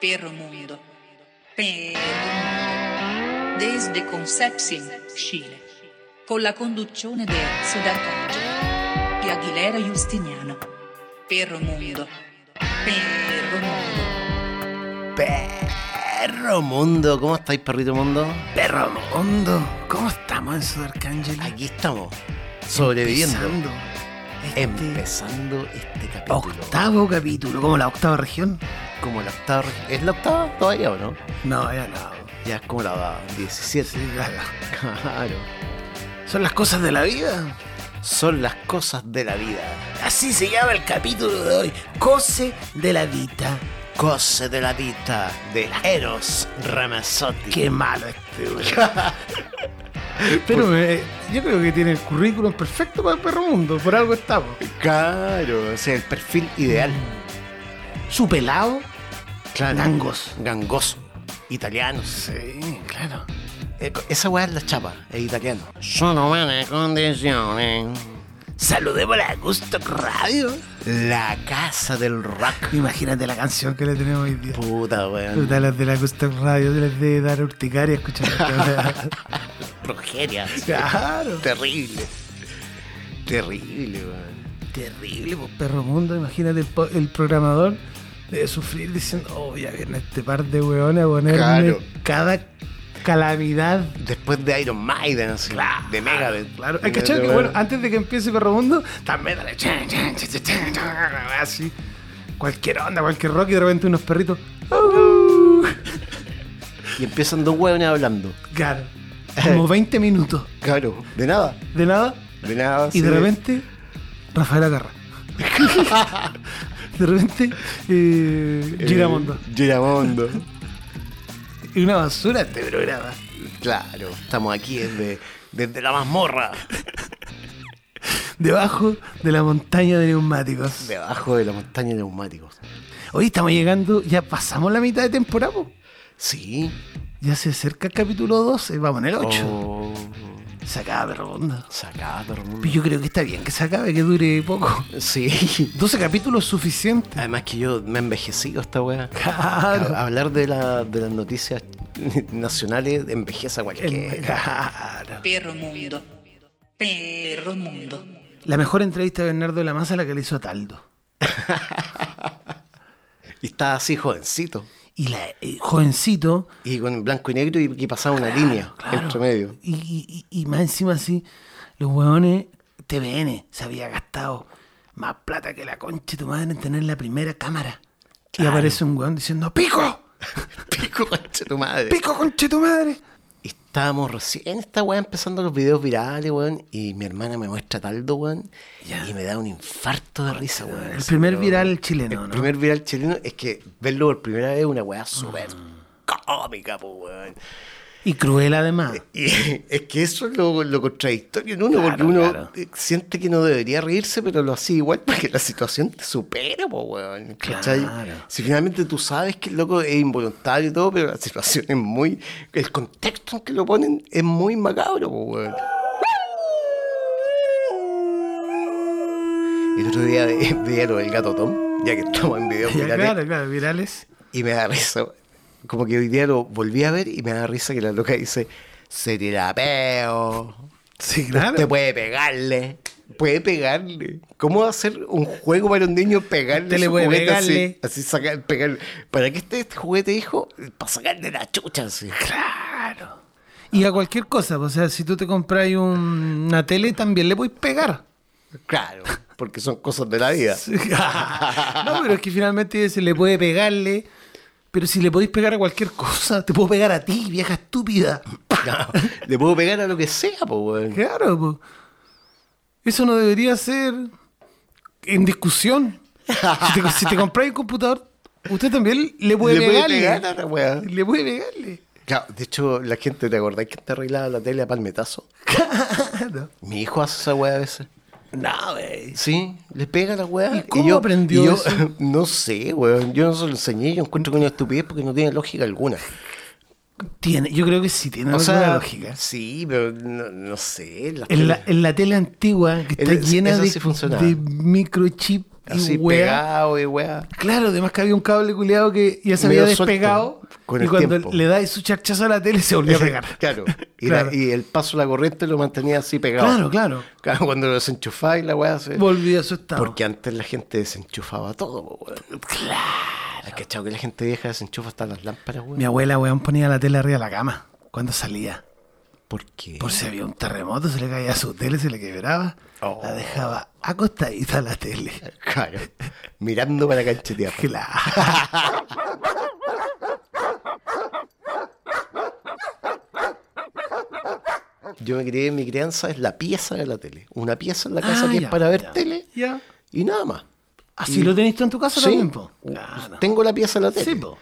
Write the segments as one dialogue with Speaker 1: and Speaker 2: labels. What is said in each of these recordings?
Speaker 1: Perro Mundo. Perro Mundo. Desde Concepción, Cile. Con la conduzione del Sudatangelo e Aguilera Justiniano. Perro Mundo. Perro Mundo.
Speaker 2: Perro mundo, ¿cómo estáis, perrito mundo?
Speaker 3: Perro mundo, ¿cómo estamos en Sudarcángel?
Speaker 2: Aquí estamos, sobreviviendo,
Speaker 3: Empezando este
Speaker 2: empezando este capítulo.
Speaker 3: octavo capítulo, como la octava región.
Speaker 2: Como la octava. reg- ¿Es la octava todavía o no?
Speaker 3: No, ya no.
Speaker 2: Ya es como la 17.
Speaker 3: Sí, ya no.
Speaker 2: Claro.
Speaker 3: Son las cosas de la vida.
Speaker 2: Son las cosas de la vida.
Speaker 3: Así se llama el capítulo de hoy. Cose de la vida.
Speaker 2: Cose de la vida de Eros Ramazzotti.
Speaker 3: Qué malo este, güey. Pero me- yo creo que tiene el currículum perfecto para el perro mundo. Por algo estamos.
Speaker 2: Claro, o sea, el perfil ideal. Mm.
Speaker 3: Su pelado.
Speaker 2: Claro.
Speaker 3: Gangos.
Speaker 2: Gangoso. Italianos.
Speaker 3: Sí, claro.
Speaker 2: Eh, Esa weá es la chapa, es italiano. Sono buenas condiciones.
Speaker 3: Saludemos a Gusto Radio.
Speaker 2: La casa del rock.
Speaker 3: Imagínate la canción que le tenemos hoy día.
Speaker 2: Puta, weón.
Speaker 3: Puta, los de la Custom Radio les debe dar urticaria escuchar esta
Speaker 2: Progeria.
Speaker 3: Claro.
Speaker 2: Terrible. Terrible, weón.
Speaker 3: Terrible, pues, perro mundo. Imagínate el, po- el programador debe sufrir diciendo, oh, ya viene este par de weones a ponerme
Speaker 2: Claro.
Speaker 3: cada calamidad.
Speaker 2: Después de Iron Maiden, así, de Megadeth.
Speaker 3: Claro.
Speaker 2: Hay
Speaker 3: Hay que que, bueno, antes de que empiece Perro Mundo, también dale chan, chan, chan, chan, chan, chan, así. Cualquier onda, cualquier rock y de repente unos perritos. ¡Uh! "Au".
Speaker 2: Y empiezan dos weones hablando.
Speaker 3: Claro. Como 20 minutos.
Speaker 2: Claro. De nada.
Speaker 3: De nada,
Speaker 2: De nada.
Speaker 3: Y de repente, Rafael Agarra. de repente, eh, Giramondo.
Speaker 2: Giramondo.
Speaker 3: Y una basura este programa.
Speaker 2: claro. Estamos aquí desde, desde la mazmorra.
Speaker 3: Debajo de la montaña de neumáticos.
Speaker 2: Debajo de la montaña de neumáticos.
Speaker 3: Hoy estamos llegando, ya pasamos la mitad de temporada. po.
Speaker 2: Sí.
Speaker 3: Ya se acerca el capítulo 12, vamos en el 8.
Speaker 2: Oh,
Speaker 3: Se acaba, pero onda.
Speaker 2: sacada, todo el mundo.
Speaker 3: Pero yo creo que está bien que se acabe, que dure poco.
Speaker 2: Sí.
Speaker 3: 12 capítulos es suficiente.
Speaker 2: Además que yo me he envejecido esta weá.
Speaker 3: Claro.
Speaker 2: Hablar de, la- de las noticias nacionales envejece a cualquier.
Speaker 3: Claro.
Speaker 1: Perro Mundo. Perro Mundo.
Speaker 3: La mejor entrevista de Bernardo de la Maza la que le hizo a Taldo.
Speaker 2: Y estaba así jovencito.
Speaker 3: Y la, eh, jovencito,
Speaker 2: Y con blanco y negro y, y pasaba una línea
Speaker 3: Claro.
Speaker 2: entre medio.
Speaker 3: Y, y- y- y más encima así, los hueones, TVN se había gastado más plata que la concha de tu madre en tener la primera cámara. Y aparece un hueón diciendo, ¡Pico!
Speaker 2: Pico concha tu madre.
Speaker 3: ¡Pico, concha de tu madre!
Speaker 2: Y Estábamos recién esta weá empezando los videos virales, weón. Y mi hermana me muestra taldo, weón.
Speaker 3: Ya.
Speaker 2: Y me da un infarto de risa, weón.
Speaker 3: El
Speaker 2: Así,
Speaker 3: primer
Speaker 2: pero-
Speaker 3: viral chileno,
Speaker 2: El
Speaker 3: ¿no?
Speaker 2: primer viral chileno es que verlo por primera vez es una weá súper cómica, pues, weón.
Speaker 3: Y cruel además.
Speaker 2: Y es que eso es lo, lo contradictorio en uno,
Speaker 3: Claro,
Speaker 2: porque uno
Speaker 3: claro.
Speaker 2: eh, siente que no debería reírse, pero lo hace igual porque la situación te supera, po, weón. ¿cachai?
Speaker 3: Claro.
Speaker 2: Si finalmente tú sabes que el loco es involuntario y todo, pero la situación es muy. El contexto en que lo ponen es muy macabro, po, weón. El otro día ve- veía lo del gato Tom, ya que estamos en videos
Speaker 3: Ya,
Speaker 2: virales,
Speaker 3: claro, claro, virales.
Speaker 2: y me da risa. Como que hoy día lo volví a ver y me da risa que la loca dice, se tira peo.
Speaker 3: Sí,
Speaker 2: Usted
Speaker 3: claro.
Speaker 2: puede pegarle. Puede pegarle. ¿Cómo va a ser un juego para un niño pegarle?
Speaker 3: Usted le
Speaker 2: su
Speaker 3: puede
Speaker 2: juguete
Speaker 3: pegarle.
Speaker 2: Así, así sacar, pegarle. ¿Para qué este, este juguete, hijo? Para sacarle la chucha. Así.
Speaker 3: Claro. Y a cualquier cosa, pues, o sea, si tú te compras un- una tele, también le puedes pegar.
Speaker 2: Claro, porque son cosas de la vida.
Speaker 3: Sí. no, pero es que finalmente se le puede pegarle. Pero si le podéis pegar a cualquier cosa, te puedo pegar a ti, vieja estúpida.
Speaker 2: Claro, Le puedo pegar a lo que sea, po, weón.
Speaker 3: Claro, po. eso no debería ser en discusión. Si te, si te compráis un computador, usted también le puede
Speaker 2: Le puede
Speaker 3: pegarle.
Speaker 2: pegar a la weá.
Speaker 3: Le puede pegarle.
Speaker 2: Claro, de hecho, la gente, ¿te acordás que está arreglada la tele a palmetazo?
Speaker 3: Claro.
Speaker 2: Mi hijo hace esa weá a veces.
Speaker 3: No, wey.
Speaker 2: Sí, le pega la weá.
Speaker 3: ¿Y cómo aprendió
Speaker 2: y yo-
Speaker 3: eso?
Speaker 2: No sé, weón. Yo no se lo enseñé. Yo encuentro que es una estupidez porque no tiene lógica alguna.
Speaker 3: Tiene, yo creo que sí tiene
Speaker 2: o
Speaker 3: alguna
Speaker 2: sea,
Speaker 3: lógica.
Speaker 2: Sí, pero no, no sé. las
Speaker 3: En la,
Speaker 2: teles-
Speaker 3: en la tele antigua, que está
Speaker 2: El-
Speaker 3: llena
Speaker 2: eso
Speaker 3: de,
Speaker 2: sí funcionaba.
Speaker 3: de microchip
Speaker 2: Así
Speaker 3: weá.
Speaker 2: pegado y weá.
Speaker 3: Claro, además que había un cable culiado que ya se había
Speaker 2: Medio suelto,
Speaker 3: despegado.
Speaker 2: con
Speaker 3: y
Speaker 2: el
Speaker 3: cuando
Speaker 2: tiempo.
Speaker 3: le dais su charchazo a la tele se volvió a pegar.
Speaker 2: Claro. Y,
Speaker 3: Claro.
Speaker 2: la- y el paso de la corriente lo mantenía así pegado.
Speaker 3: Claro, claro.
Speaker 2: Claro, cuando lo desenchufáis, la weá se.
Speaker 3: Volvió a su estado.
Speaker 2: Porque antes la gente desenchufaba todo, po, weón. Claro. cachado que la gente vieja desenchufa hasta las lámparas, weón.
Speaker 3: Mi abuela, weón, ponía la tele arriba de la cama cuando salía.
Speaker 2: ¿Por qué?
Speaker 3: Por si había un terremoto, se le caía a su tele, se le quebraba.
Speaker 2: Oh.
Speaker 3: La dejaba acostadita la tele.
Speaker 2: Claro. Mirando para canchetear.
Speaker 3: Claro.
Speaker 2: Yo me crié, mi crianza es la pieza de la tele. Una pieza en la casa
Speaker 3: Ah,
Speaker 2: que
Speaker 3: ya,
Speaker 2: es para ver
Speaker 3: ya.
Speaker 2: tele
Speaker 3: Ya.
Speaker 2: y nada más.
Speaker 3: Así ¿Ah, lo tenés tú en tu casa
Speaker 2: Sí,
Speaker 3: también, po. Claro.
Speaker 2: Tengo la pieza de la tele.
Speaker 3: Uh, Sí, po.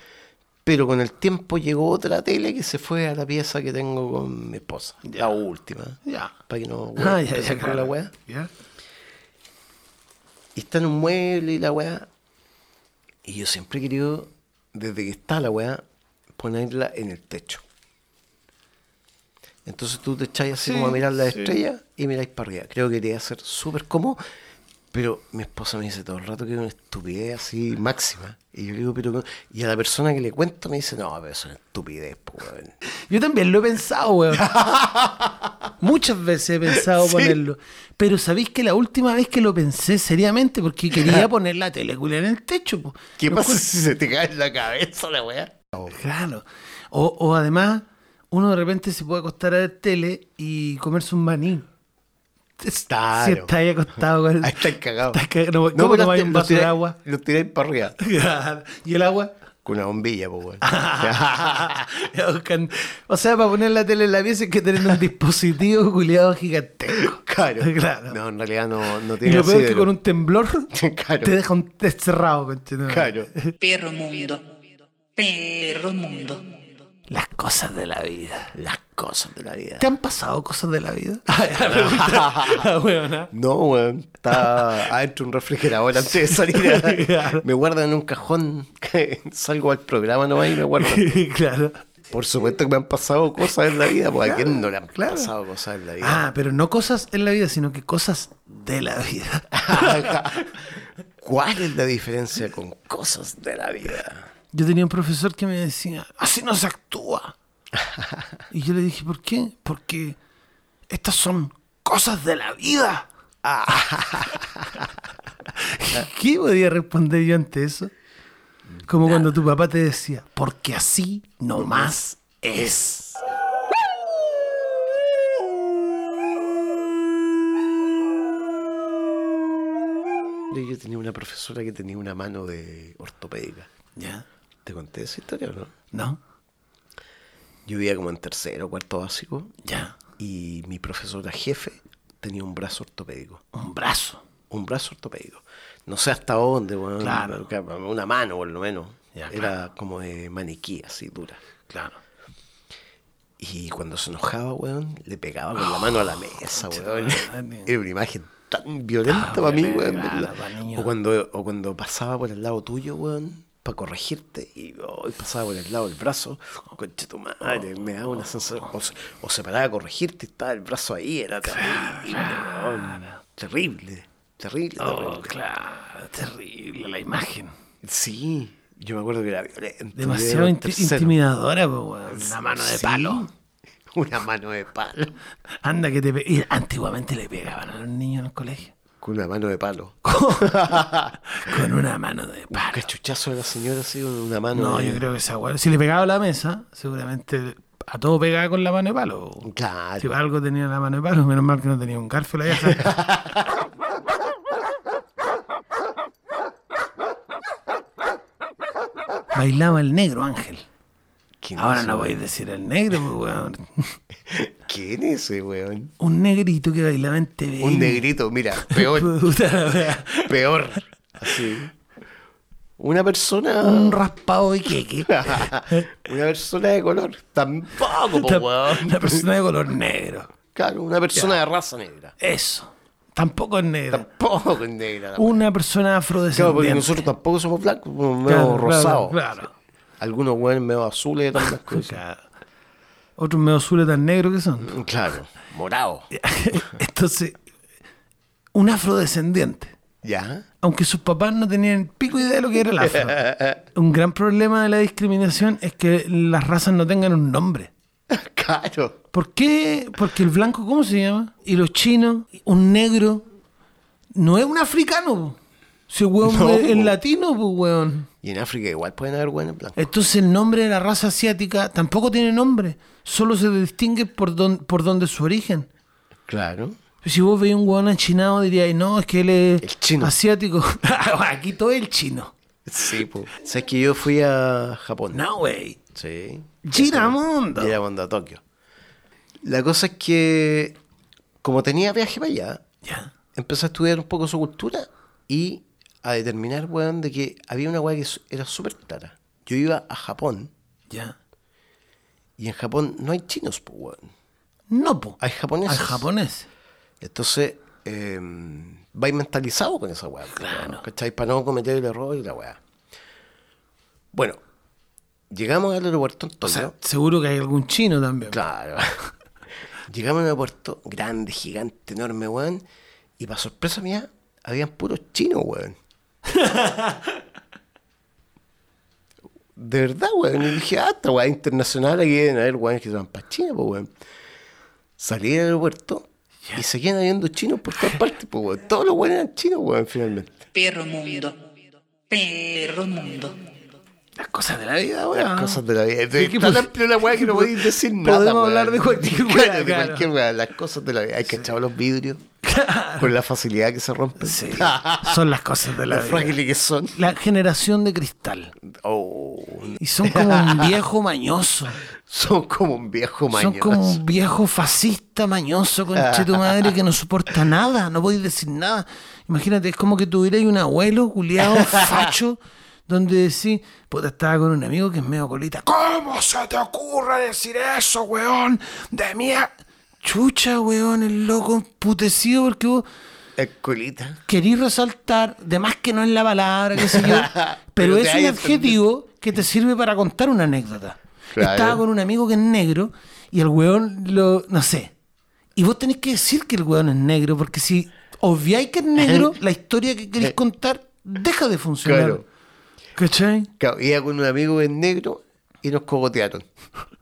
Speaker 2: Pero con el tiempo llegó otra tele que se fue a la pieza que tengo con mi esposa. La última.
Speaker 3: Ya.
Speaker 2: Para que no
Speaker 3: Ah,
Speaker 2: se
Speaker 3: ya, ya,
Speaker 2: fue
Speaker 3: claro.
Speaker 2: la weá.
Speaker 3: Ya.
Speaker 2: Y está en un mueble y la weá. Y yo siempre he querido, desde que está la weá, ponerla en el techo. Entonces tú te echáis así
Speaker 3: Sí,
Speaker 2: como a mirar las
Speaker 3: sí.
Speaker 2: estrellas y miráis para arriba. Creo que iría a ser súper cómodo. Pero mi esposa me dice todo el rato que es una estupidez así máxima. Y yo le digo, pero. no. Y a la persona que le cuento me dice, no, pero es una estupidez, po, weón.
Speaker 3: Yo también lo he pensado, weón. Muchas veces he pensado
Speaker 2: Sí.
Speaker 3: ponerlo. Pero sabéis que la última vez que lo pensé seriamente, porque quería poner la tele culia en el techo. po.
Speaker 2: ¿Qué
Speaker 3: Lo
Speaker 2: pasa si se te cae en la cabeza la weá?
Speaker 3: encuentro- Claro. O, o además, uno de repente se puede acostar a ver tele y comerse un maní.
Speaker 2: Claro.
Speaker 3: Si está ahí acostado con el-
Speaker 2: Ahí está el cagado. pues
Speaker 3: Estás cagado. No, ¿cómo
Speaker 2: pero
Speaker 3: tomáis
Speaker 2: te-
Speaker 3: un
Speaker 2: lo
Speaker 3: vaso de
Speaker 2: tiráis-
Speaker 3: agua?
Speaker 2: Lo tiráis para arriba.
Speaker 3: y el agua.
Speaker 2: Con una bombilla, pues, weón.
Speaker 3: Ya, buscan- o sea, para poner la tele en la pieza hay que tener un dispositivo culiado gigantesco.
Speaker 2: Claro.
Speaker 3: Claro.
Speaker 2: No, en realidad no, no
Speaker 3: Y
Speaker 2: tiene
Speaker 3: lo peor es que
Speaker 2: asidero.
Speaker 3: con un temblor
Speaker 2: Claro.
Speaker 3: te deja un test cerrado,
Speaker 2: Claro.
Speaker 1: perro mundo, perro mundo,
Speaker 3: Las cosas de la vida.
Speaker 2: Las cosas de la vida.
Speaker 3: ¿Te han pasado cosas de la vida? Ah, La pregunta, Ah, la huevona.
Speaker 2: No, weón. Está adentro un refrigerador antes de salir. a-
Speaker 3: Claro.
Speaker 2: Me guardan en un cajón. Salgo al programa nomás y me guardan.
Speaker 3: claro.
Speaker 2: Por supuesto que me han pasado cosas en la vida. Pues a quién no le han pasado cosas en la vida.
Speaker 3: Ah, pero no cosas en la vida, sino que cosas de la vida. Ah.
Speaker 2: ¿Cuál es la diferencia con cosas de la vida?
Speaker 3: Yo tenía un profesor que me decía, así no se actúa. Y yo le dije, ¿por qué? Porque estas son cosas de la vida. Ah. ¿Qué podía responder yo ante eso? Como cuando tu papá te decía, porque así nomás es.
Speaker 2: Yo tenía una profesora que tenía una mano de ortopédica.
Speaker 3: ¿Ya?
Speaker 2: ¿Te conté esa historia o no?
Speaker 3: ¿No?
Speaker 2: Yo vivía como en tercero, cuarto básico,
Speaker 3: ¿Ya?
Speaker 2: y mi profesora jefe tenía un brazo ortopédico.
Speaker 3: Un brazo.
Speaker 2: Un brazo ortopédico. No sé hasta dónde, weón,
Speaker 3: Claro.
Speaker 2: porque una mano por lo menos.
Speaker 3: Ya,
Speaker 2: Era como de maniquí, así dura.
Speaker 3: Claro.
Speaker 2: Y cuando se enojaba, weón, le pegaba con la mano a la mesa, weón.
Speaker 3: Ah, madre. Ah,
Speaker 2: Era una imagen tan violenta para mí,
Speaker 3: violenta,
Speaker 2: weón. ¿verdad?
Speaker 3: para niños.
Speaker 2: O cuando, o cuando pasaba por el lado tuyo, weón, para corregirte, y oh, y pasaba por el lado del brazo, concha tu madre, me daba una sensación. O, se- o se paraba a corregirte y estaba el brazo ahí, era terrible, weón. Terrible, terrible,
Speaker 3: Oh.
Speaker 2: terrible.
Speaker 3: claro. Terrible la imagen.
Speaker 2: Sí, yo me acuerdo que era violento. yo
Speaker 3: Demasiado
Speaker 2: era
Speaker 3: inti-
Speaker 2: tercero.
Speaker 3: intimidadora, po, weón. Una mano de
Speaker 2: Sí,
Speaker 3: palo.
Speaker 2: Una mano de palo.
Speaker 3: Anda que te pe- y Antiguamente le pegaban a los niños en el colegio.
Speaker 2: Con una mano de palo.
Speaker 3: Con una mano de palo.
Speaker 2: cachuchazo de la señora así con una mano.
Speaker 3: No,
Speaker 2: de-
Speaker 3: yo creo que esa weá. Si le pegaba a la mesa, seguramente a todo pegaba con la mano de palo.
Speaker 2: Claro.
Speaker 3: Si algo tenía la mano de palo, menos mal que no tenía un garfio la vieja. Bailaba el negro, Ángel.
Speaker 2: ¿Quién
Speaker 3: Ahora
Speaker 2: es
Speaker 3: no
Speaker 2: ese
Speaker 3: voy a decir el negro, pues, weón.
Speaker 2: weón? ¿Quién es ese weón?
Speaker 3: Un negrito que bailaba en TV.
Speaker 2: Un negrito, mira, peor,
Speaker 3: Puta la weá.
Speaker 2: peor. Así. Una persona.
Speaker 3: un raspado de queque.
Speaker 2: una persona de color. Tampoco, po,
Speaker 3: La-
Speaker 2: weón.
Speaker 3: Una persona de color negro.
Speaker 2: Claro, una persona de raza negra.
Speaker 3: Eso. Tampoco es negra.
Speaker 2: Tampoco es negra. la
Speaker 3: Una persona
Speaker 2: weá. Claro, porque
Speaker 3: afrodescendiente.
Speaker 2: nosotros tampoco somos blancos, somos medio
Speaker 3: Claro, claro,
Speaker 2: rosados.
Speaker 3: claro.
Speaker 2: Algunos weones medio azules y tantas cosas.
Speaker 3: Claro. Otros medio azules tan negros que son. Eh.
Speaker 2: Claro, morado.
Speaker 3: Entonces, un afrodescendiente.
Speaker 2: Ya. Eh,
Speaker 3: aunque sus papás no tenían pico idea de lo que era el afro. Un gran problema de la discriminación es que las razas no tengan un nombre.
Speaker 2: Claro.
Speaker 3: ¿Por qué? Porque el blanco, ¿cómo se llama? Y los chinos, un negro, no es un africano. po. Ese hueón
Speaker 2: No,
Speaker 3: es, es
Speaker 2: po.
Speaker 3: latino, pues, hueón.
Speaker 2: Y en África igual pueden haber buenos blancos.
Speaker 3: Entonces el nombre de la raza asiática tampoco tiene nombre. Solo se distingue por, don- por donde es su origen.
Speaker 2: Claro.
Speaker 3: Si vos veis un hueón enchinado, diríais, no, es que él es
Speaker 2: El chino.
Speaker 3: asiático. Aquí todo es el chino.
Speaker 2: Sí, pues. ¿Sabes que yo fui a Japón?
Speaker 3: No, güey.
Speaker 2: Sí.
Speaker 3: Giramundo.
Speaker 2: Giramundo a Tokio. La cosa es que, como tenía viaje para allá,
Speaker 3: Ya.
Speaker 2: empecé a estudiar un poco su cultura y a determinar, weón, de que había una weá que su- era súper clara. Yo iba a Japón
Speaker 3: Ya.
Speaker 2: y en Japón no hay chinos, pues, weón.
Speaker 3: No, po.
Speaker 2: Hay japoneses.
Speaker 3: Al japonés.
Speaker 2: Entonces, eh, vais mentalizado con esa weá. Claro. ¿Cachai? Para no cometer el error y la weá. Bueno, llegamos al aeropuerto en Tokio.
Speaker 3: O sea, seguro que hay algún chino también.
Speaker 2: Claro. Llegamos a un aeropuerto grande, gigante, enorme, weón. Y para sorpresa mía, habían puros chinos, weón. De verdad, weón. Y dije, ah, esta weá internacional, aquí deben haber weones que se van para China, pues, weón. Salí del aeropuerto y seguían habiendo chinos por todas partes, pues, weón. Todos los weones eran chinos, weón, finalmente.
Speaker 1: perro mundo, perro mundo,
Speaker 3: Las cosas de la vida, weón.
Speaker 2: Las cosas de la vida.
Speaker 3: Es que
Speaker 2: Es tan
Speaker 3: pod-
Speaker 2: amplio la weá que no
Speaker 3: pod-
Speaker 2: podéis decir
Speaker 3: podemos
Speaker 2: nada.
Speaker 3: hablar
Speaker 2: weón.
Speaker 3: de cualquier weá,
Speaker 2: Claro, de
Speaker 3: claro.
Speaker 2: cualquier weá. Las cosas de la vida. Hay que echar los vidrios. Por la facilidad que se rompen.
Speaker 3: Sí. Son las cosas de la
Speaker 2: Lo
Speaker 3: vida.
Speaker 2: frágiles que son.
Speaker 3: La generación de cristal.
Speaker 2: Oh,
Speaker 3: Y son como un viejo mañoso.
Speaker 2: son como un viejo
Speaker 3: Son
Speaker 2: mañoso.
Speaker 3: como un viejo fascista mañoso, conche tu madre, que no soporta nada. No podéis decir nada. Imagínate, es como que tuvierais un abuelo culiado, facho, donde decís, puta, estaba con un amigo que es medio colita. ¿Cómo se te ocurre decir eso, weón? De mía. Chucha, weón, el loco emputecido porque vos
Speaker 2: Eh, colita.
Speaker 3: querís resaltar, de más que no es la palabra, qué sé yo, pero,
Speaker 2: Pero te
Speaker 3: es un
Speaker 2: hay entendido.
Speaker 3: adjetivo que te sirve para contar una anécdota.
Speaker 2: Claro.
Speaker 3: Estaba con un amigo que es negro y el weón lo, no sé. Y vos tenés que decir que el weón es negro, porque si obviáis que es negro, la historia que querés contar deja de funcionar.
Speaker 2: Eh. Claro.
Speaker 3: ¿Cachai?
Speaker 2: Claro, iba con un amigo en negro y nos cogotearon.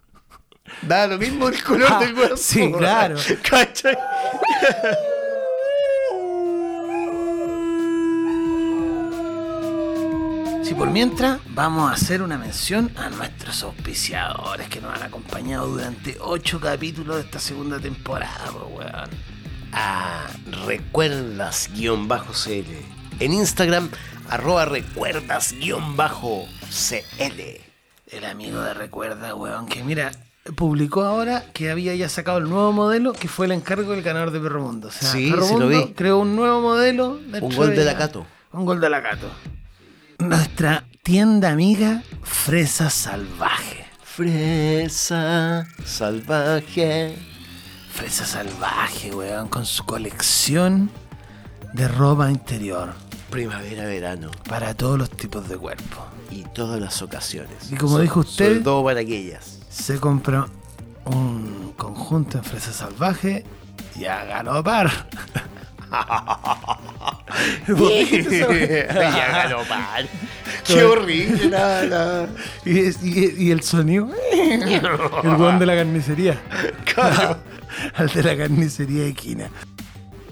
Speaker 2: Da lo mismo el color
Speaker 3: Ah,
Speaker 2: del cuerpo.
Speaker 3: sí, claro.
Speaker 2: ¿Cachai?
Speaker 3: Si por mientras vamos a hacer una mención a nuestros auspiciadores que nos han acompañado durante ocho capítulos de esta segunda temporada, po, weón.
Speaker 2: a recuerdas guión bajo CL. En Instagram, arroba recuerdas guión bajo CL.
Speaker 3: El amigo de Recuerda, weón, que mira, publicó ahora que había ya sacado el nuevo modelo que fue el encargo del ganador de Perro Mundo. O sea,
Speaker 2: Sí,
Speaker 3: Perro
Speaker 2: sí lo
Speaker 3: Mundo
Speaker 2: vi.
Speaker 3: creó un nuevo modelo. dentro
Speaker 2: Un gol de la Cato.
Speaker 3: Un gol de la Cato. Nuestra tienda amiga Fresa Salvaje.
Speaker 2: Fresa salvaje.
Speaker 3: Fresa Salvaje, weón, con su colección de ropa interior
Speaker 2: Primavera, verano
Speaker 3: para todos los tipos de cuerpo.
Speaker 2: y todas las ocasiones.
Speaker 3: Y como
Speaker 2: So-
Speaker 3: dijo usted-
Speaker 2: Sobre todo para aquellas.
Speaker 3: Se compra un conjunto en Fresa Salvaje y a galopar.
Speaker 2: Ya galopar. Qué horrible la- la-
Speaker 3: ¿Y, es- y- y el sonido. El weón de la carnicería. Al de la carnicería de esquina.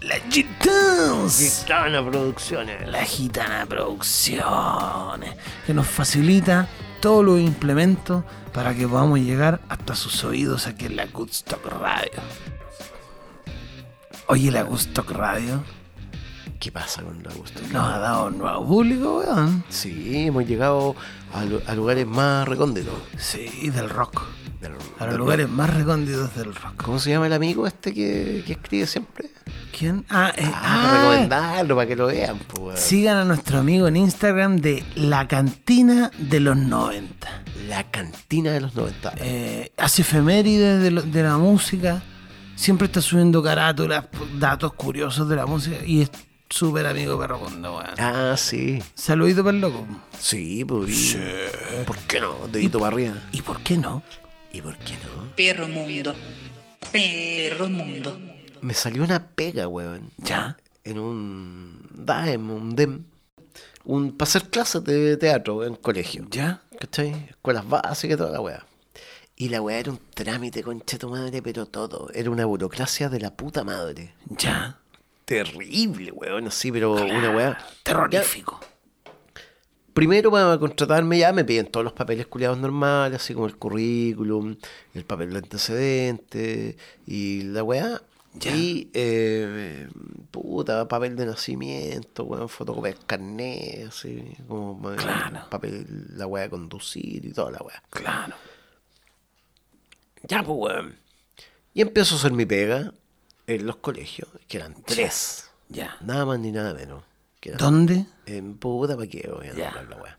Speaker 3: La Gitans.
Speaker 2: Gitana Producciones.
Speaker 3: La Gitana Producciones. Que nos facilita todos los implementos para que podamos llegar hasta sus oídos aquí en la Goodstock Radio. Oye, la Goodstock Radio
Speaker 2: ¿Qué pasa con la gusto?
Speaker 3: nos ha dado un nuevo público, weón.
Speaker 2: Sí, hemos llegado a, lu- a lugares más recónditos.
Speaker 3: Sí, del rock.
Speaker 2: del-
Speaker 3: A los
Speaker 2: del-
Speaker 3: lugares más recónditos del rock.
Speaker 2: ¿Cómo se llama el amigo este que, que escribe siempre?
Speaker 3: ¿Quién? Ah, eh,
Speaker 2: Ah,
Speaker 3: ah,
Speaker 2: para recomendarlo, para que lo vean. po, weón.
Speaker 3: Sigan a nuestro amigo en Instagram de La Cantina de los 90.
Speaker 2: La cantina de los 90.
Speaker 3: Eh, hace efemérides de, lo- de la música. Siempre está subiendo carátulas, datos curiosos de la música. Y es súper amigo perro Mundo, weón.
Speaker 2: Ah, sí.
Speaker 3: Saludito para el loco.
Speaker 2: Sí, pues. ¿Por qué no? Dedito para arriba.
Speaker 3: ¿Y por qué no?
Speaker 2: ¿Y por qué no?
Speaker 1: perro mundo, perro mundo,
Speaker 2: Me salió una pega, weón.
Speaker 3: Ya.
Speaker 2: en un DAEM, un DEM, un, para hacer clases de teatro en colegio.
Speaker 3: ¿Ya?
Speaker 2: ¿Cachai? Escuelas básicas y toda la weá. Y la weá era un trámite, concha tu madre, pero todo. Era una burocracia de la puta madre.
Speaker 3: Ya.
Speaker 2: Terrible, weón, así, pero una weá.
Speaker 3: Terrorífico.
Speaker 2: Primero para contratarme ya me piden todos los papeles culiados normales, así como el currículum, el papel de antecedente y la weá.
Speaker 3: Ya.
Speaker 2: Y, eh, puta, papel de nacimiento, weón, fotocopiar carnet, así, como eh,
Speaker 3: Claro.
Speaker 2: papel, la weá de conducir y toda la weá.
Speaker 3: Claro.
Speaker 2: Ya, pues, weón. Y empiezo a hacer mi pega en los colegios, que eran tres.
Speaker 3: Ya.
Speaker 2: Nada más ni nada menos. Que eran
Speaker 3: ¿Dónde?
Speaker 2: En puta, ¿para qué voy a
Speaker 3: Ya.
Speaker 2: nombrar la weá?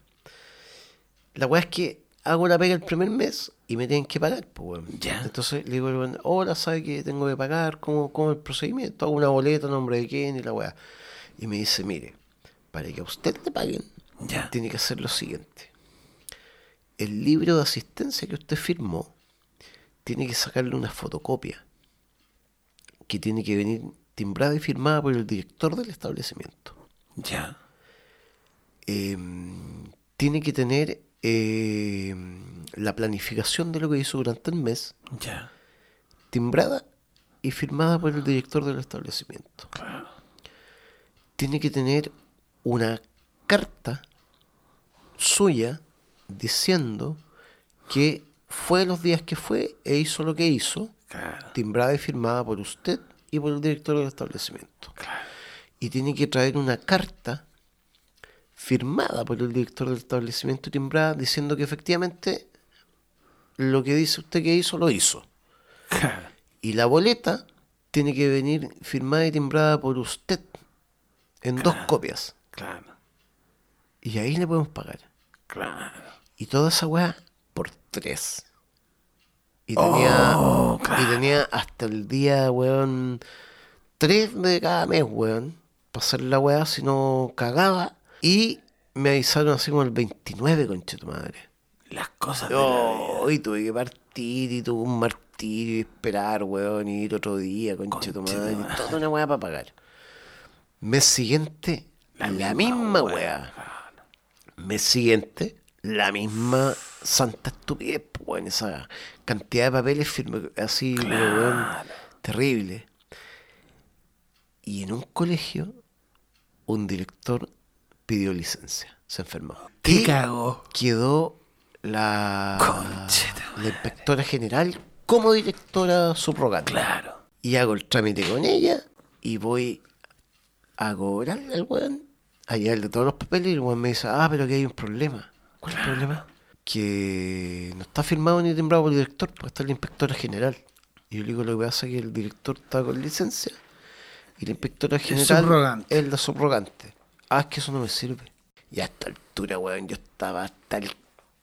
Speaker 2: La weá es que hago la pega el primer mes y me tienen que pagar, pues weón.
Speaker 3: Ya.
Speaker 2: Entonces le digo, al weón, hola, ¿sabe que tengo que pagar? ¿Cómo, ¿Cómo es el procedimiento? ¿Hago una boleta, nombre de quién y la weá? Y me dice, mire, para que a usted le paguen,
Speaker 3: Ya.
Speaker 2: tiene que hacer lo siguiente. El libro de asistencia que usted firmó, tiene que sacarle una fotocopia que tiene que venir timbrada y firmada por el director del establecimiento
Speaker 3: Ya.
Speaker 2: eh, tiene que tener eh, la planificación de lo que hizo durante el mes,
Speaker 3: Ya.
Speaker 2: timbrada y firmada por el director del establecimiento. Tiene que tener una carta suya diciendo que fue los días que fue e hizo lo que hizo,
Speaker 3: Claro.
Speaker 2: timbrada y firmada por usted y por el director del establecimiento. Y tiene que traer una carta firmada por el director del establecimiento y timbrada diciendo que efectivamente lo que dice usted que hizo, lo hizo.
Speaker 3: Claro.
Speaker 2: Y la boleta tiene que venir firmada y timbrada por usted en dos copias.
Speaker 3: Claro.
Speaker 2: Y ahí le podemos pagar.
Speaker 3: Claro.
Speaker 2: Y toda esa weá por tres. Y tenía, y tenía hasta el día, weón, tres de cada mes, weón, para hacer la weá si no cagaba. Y me avisaron así como el 29, conche tu madre.
Speaker 3: Las cosas de la vida.
Speaker 2: Oh, y tuve que partir y tuve un martirio y esperar, weón, y ir otro día, conche tu
Speaker 3: Conche tu
Speaker 2: madre.
Speaker 3: madre.
Speaker 2: y Toda una weá para pagar. Mes siguiente, la, misma weá. Mes siguiente, la misma santa estupidez, pues, weón, esa cantidad de papeles firme, así, pero, weón, terrible. Y en un colegio, un director pidió licencia, se enfermó.
Speaker 3: Te
Speaker 2: Y-
Speaker 3: cago.
Speaker 2: quedó la,
Speaker 3: Conchita
Speaker 2: la inspectora general como directora subrogante.
Speaker 3: Claro.
Speaker 2: Y hago el trámite con ella y voy a cobrarle al weón, a llevarle todos los papeles y el weón me dice, ah, pero que hay un problema. ¿Cuál es el problema? Que no está firmado ni timbrado por el director, porque está la inspectora general. Y yo le digo, lo que pasa es que el director está con licencia y la inspectora general
Speaker 3: subrogante.
Speaker 2: es la subrogante. Ah, es que eso no me sirve. Y a esta altura, weón, yo estaba hasta el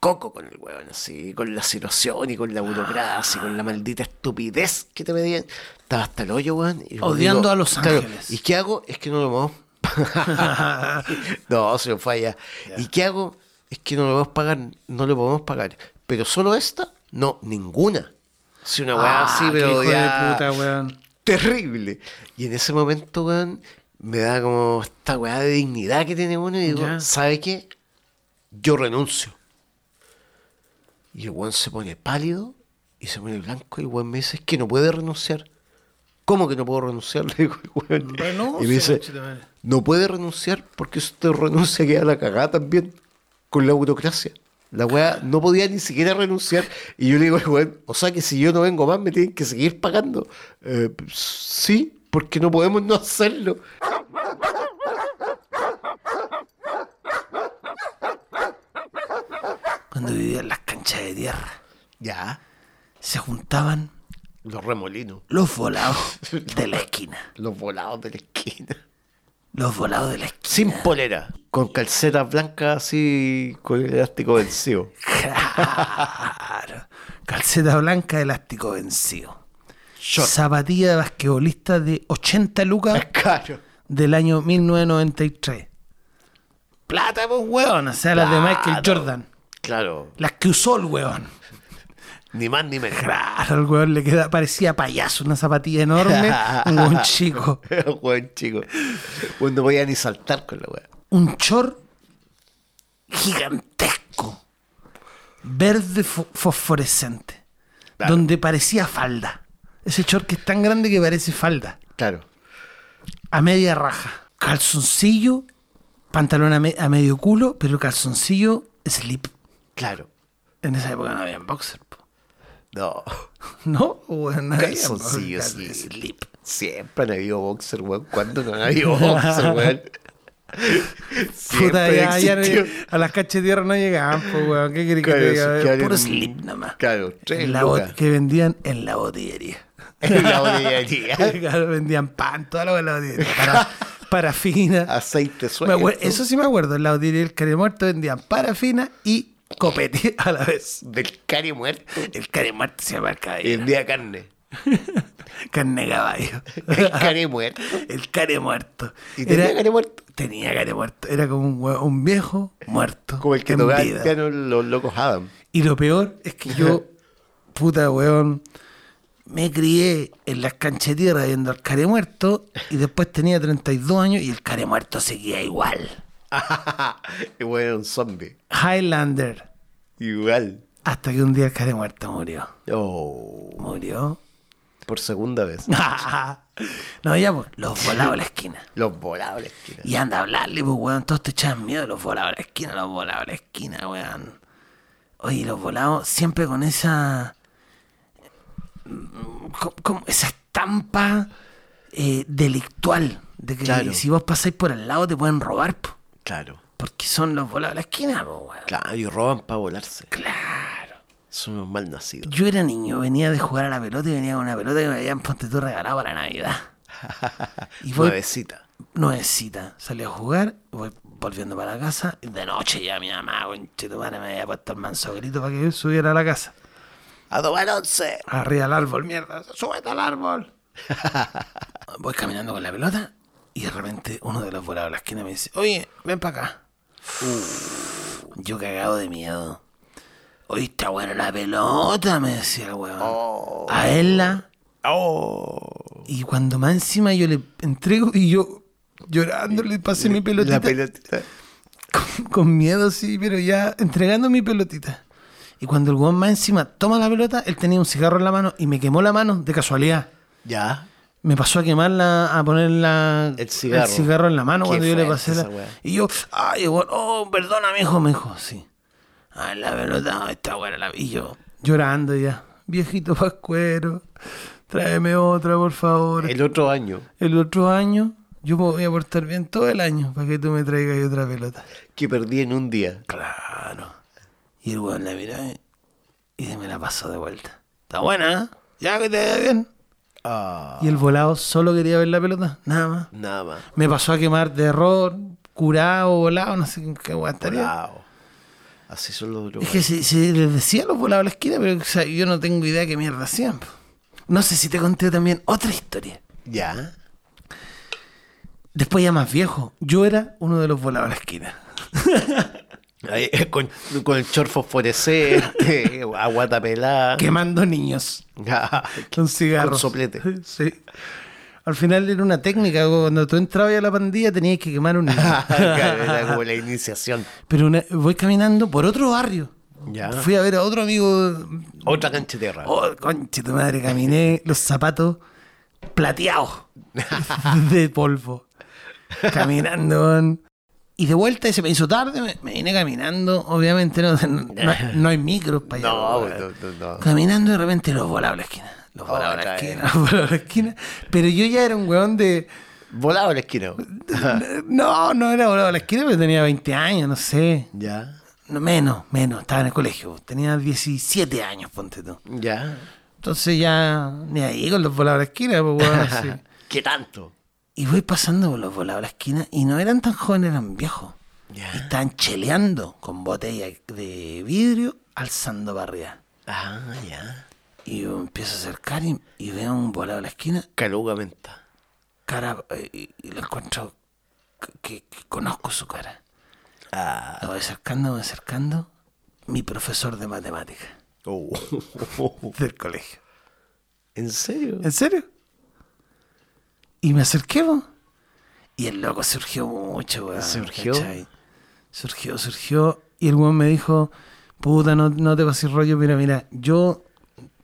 Speaker 2: coco con el weón, así, con la situación y con la burocracia y con la maldita estupidez que te pedían. Estaba hasta el hoyo, weón. y yo
Speaker 3: Odiando a Los Ángeles.
Speaker 2: ¿Y qué hago? Es que no lo vamos. no, se lo falla. ¿Y qué hago? Es que no lo podemos pagar, no lo podemos pagar. Pero solo esta, no, ninguna. Si una weá
Speaker 3: Ah,
Speaker 2: así,
Speaker 3: qué
Speaker 2: pero
Speaker 3: hijo
Speaker 2: ya-
Speaker 3: de puta, weón.
Speaker 2: terrible. Y en ese momento, weón, me da como esta weá de dignidad que tiene uno y digo,
Speaker 3: Ya.
Speaker 2: ¿sabe qué? Yo renuncio. Y el weón se pone pálido y se pone blanco y el weón me dice, es que no puede renunciar. ¿Cómo que no puedo renunciar? Le digo, al weón.
Speaker 3: Renuncia,
Speaker 2: y me dice,
Speaker 3: conchetumare.
Speaker 2: no puede renunciar porque usted renuncia queda la cagada también con la burocracia. La weá no podía ni siquiera renunciar. Y yo le digo, al weón, o sea que si yo no vengo más me tienen que seguir pagando. Eh, sí, porque no podemos no hacerlo.
Speaker 3: Cuando vivían las canchas de tierra,
Speaker 2: Ya,
Speaker 3: se juntaban
Speaker 2: los remolinos,
Speaker 3: los volados de la esquina.
Speaker 2: los volados de la esquina.
Speaker 3: Los volados de la esquina.
Speaker 2: Sin polera, con calcetas blancas así, con el elástico vencido.
Speaker 3: Claro. Calceta blanca, elástico vencido.
Speaker 2: Short.
Speaker 3: Zapatilla de basquetbolista de 80 lucas
Speaker 2: Caro.
Speaker 3: del año 1993. Plata, pues, weón. O sea, las de Michael
Speaker 2: Claro.
Speaker 3: Jordan.
Speaker 2: Claro,
Speaker 3: Las que usó el weón.
Speaker 2: Ni más ni menos.
Speaker 3: Claro, al weón le queda, parecía payaso, una zapatilla enorme, un weón chico.
Speaker 2: Buen chico. Bueno, no podía ni saltar con la weá.
Speaker 3: Un chor gigantesco, verde fo- fosforescente,
Speaker 2: Claro.
Speaker 3: donde parecía falda. Ese chor que es tan grande que parece falda,
Speaker 2: Claro.
Speaker 3: a media raja. Calzoncillo, pantalón a, me- a medio culo, pero calzoncillo slip.
Speaker 2: Claro.
Speaker 3: En esa época no había boxer, po.
Speaker 2: No.
Speaker 3: ¿no? Bueno, no había
Speaker 2: Calzoncillos
Speaker 3: boxer,
Speaker 2: slip.
Speaker 3: slip.
Speaker 2: Siempre han habido boxer, weón. ¿Cuándo no han habido boxer, weón? Siempre
Speaker 3: Puta, ya, ya
Speaker 2: existió.
Speaker 3: no- a las canchas de tierra no llegaban, pues, weón. ¿Qué querés
Speaker 2: Claro,
Speaker 3: que te
Speaker 2: eso,
Speaker 3: diga?
Speaker 2: que habían-
Speaker 3: Puro slip nomás.
Speaker 2: Claro, tres
Speaker 3: En la bot-
Speaker 2: lucas.
Speaker 3: que vendían en la botillería.
Speaker 2: En la botellería.
Speaker 3: Claro, vendían pan, toda la weá en la botillería. Para, parafina.
Speaker 2: Aceite
Speaker 3: Me
Speaker 2: suelto.
Speaker 3: acuer- eso sí me acuerdo. En la botillería del Care Muerto vendían parafina y copete a la vez.
Speaker 2: Del cari muerto.
Speaker 3: El Care Muerto se llama el
Speaker 2: Y
Speaker 3: cabello.
Speaker 2: vendía carne.
Speaker 3: Carne de caballo.
Speaker 2: El cari muerto.
Speaker 3: El Care Muerto.
Speaker 2: Y tenía
Speaker 3: Era-
Speaker 2: cari muerto.
Speaker 3: Tenía cara de muerto. Era como un, hue- un viejo muerto.
Speaker 2: Como el que
Speaker 3: en
Speaker 2: tocaba el
Speaker 3: vida.
Speaker 2: piano los locos Adam.
Speaker 3: Y lo peor es que yo, puta weón, me crié en las canchas de tierra viendo al care muerto y después tenía 32 años y el care muerto seguía igual.
Speaker 2: y bueno, era un zombie.
Speaker 3: Highlander.
Speaker 2: Igual.
Speaker 3: Hasta que un día el care muerto murió.
Speaker 2: Oh,
Speaker 3: Murió.
Speaker 2: por segunda vez.
Speaker 3: no, ya, pues, los volados a la esquina.
Speaker 2: Los volables. tira.
Speaker 3: Y anda a hablarle, pues, weón. Todos te echaban miedo los volados a la esquina, los volados a la esquina, weón. Oye, los volados siempre con esa. mm, co- Como esa estampa eh, delictual de que
Speaker 2: Claro.
Speaker 3: si vos pasáis por al lado te pueden robar, po,
Speaker 2: Claro.
Speaker 3: porque son los volados a la esquina, po, weón.
Speaker 2: Claro, y roban para volarse.
Speaker 3: Claro.
Speaker 2: Son unos malnacidos.
Speaker 3: Yo era niño, venía de jugar a la pelota y venía con una pelota que me habían ponte tú regalado para Navidad. Y voy-
Speaker 2: Nuevecita.
Speaker 3: nuevecita. Salí a jugar, voy volviendo para la casa. y De noche ya mi mamá, conchetumare, me había puesto el manso grito para que yo subiera a la casa.
Speaker 2: A tomar once.
Speaker 3: Arriba del árbol, mierda, súbete al árbol. voy caminando con la pelota y de repente uno de los volados a la esquina me dice, oye, ven para acá. Yo cagado de miedo. Oye, está buena la pelota, me decía el weón. A él la...
Speaker 2: Oh.
Speaker 3: Y cuando más encima yo le entrego y yo llorando le pasé mi pelotita
Speaker 2: La pelotita.
Speaker 3: con, con miedo, sí, pero ya entregando mi pelotita. Y cuando el weón más encima toma la pelota, él tenía un cigarro en la mano y me quemó la mano de casualidad.
Speaker 2: Ya.
Speaker 3: Me pasó a quemarla, a poner la,
Speaker 2: El cigarro.
Speaker 3: en la mano
Speaker 2: Qué
Speaker 3: cuando yo le
Speaker 2: fuerte
Speaker 3: pasé la.
Speaker 2: esa weá.
Speaker 3: Y yo, ay, weón, oh, perdona, mi hijo, me dijo, sí. Ay, la pelota, ay, está buena la. Y yo, llorando ya, viejito pascuero, tráeme otra, por favor.
Speaker 2: El otro año.
Speaker 3: El otro año yo me voy a portar bien todo el año para que tú me traigas otra pelota.
Speaker 2: Que perdí en un día.
Speaker 3: Claro. Y el weón la mira eh, y se me la pasó de vuelta. Está buena, ¿eh? Ya que te vea bien.
Speaker 2: Ah.
Speaker 3: Y el volado solo quería ver la pelota, nada más.
Speaker 2: Nada más.
Speaker 3: Me pasó a quemar de error, curado, volado, no sé con qué aguantaría.
Speaker 2: Volado. Así son los
Speaker 3: Es
Speaker 2: drogados.
Speaker 3: que se, se les decía a los volados a la esquina, pero o sea, yo no tengo idea qué mierda hacían. po. No sé si te conté también otra historia.
Speaker 2: Ya.
Speaker 3: Después ya más viejo, yo era uno de los volados a la esquina.
Speaker 2: Ahí, eh, con, con el chor fosforescente, aguata pelada.
Speaker 3: Quemando niños. Con cigarros.
Speaker 2: Con soplete.
Speaker 3: Sí. Al final era una técnica. Cuando tú entrabas a la pandilla tenías que quemar un niño.
Speaker 2: Claro, era como la iniciación.
Speaker 3: Pero una- voy caminando por otro barrio.
Speaker 2: Ya.
Speaker 3: Fui a ver a otro amigo.
Speaker 2: Otra cancha de tierra.
Speaker 3: Oh, conche tu madre, caminé los zapatos plateados de polvo. Caminando. weón. Y de vuelta y se me hizo tarde, me, me vine caminando. Obviamente no, no, no hay micros para allá.
Speaker 2: No,
Speaker 3: weón.
Speaker 2: no, no, no.
Speaker 3: Caminando de repente los volaba a la esquina. Los volaba a
Speaker 2: Oh, está
Speaker 3: la esquina,
Speaker 2: bien.
Speaker 3: los volaba a la esquina. Pero yo ya era un weón de.
Speaker 2: Volado a la esquina.
Speaker 3: No, no era volado a la esquina, pero tenía 20 años, no sé.
Speaker 2: Ya.
Speaker 3: No, menos, menos. Estaba en el colegio. Tenía 17 años, ponte tú.
Speaker 2: Ya.
Speaker 3: Entonces ya ni ahí con los volados a la esquina, pues weón, así.
Speaker 2: ¿Qué tanto?
Speaker 3: Y voy pasando por los volados a la esquina y no eran tan jóvenes, eran viejos.
Speaker 2: Ya.
Speaker 3: Y estaban cheleando con botellas de vidrio alzando barriga.
Speaker 2: Ah, ya.
Speaker 3: Y yo empiezo a acercar y, y veo un volado a la esquina
Speaker 2: Caluga menta.
Speaker 3: cara eh, y, y la encuentro que, que- que conozco su cara.
Speaker 2: Ah.
Speaker 3: La voy acercando, voy acercando. Mi profesor de matemática.
Speaker 2: Oh.
Speaker 3: del colegio.
Speaker 2: ¿En serio?
Speaker 3: ¿En serio? Y me acerqué, po. Y el loco surgió mucho, weón.
Speaker 2: ¿Surgió?
Speaker 3: ¿cachai? Surgió, surgió. Y el weón me dijo, puta, no, no te pases rollo, mira, mira, yo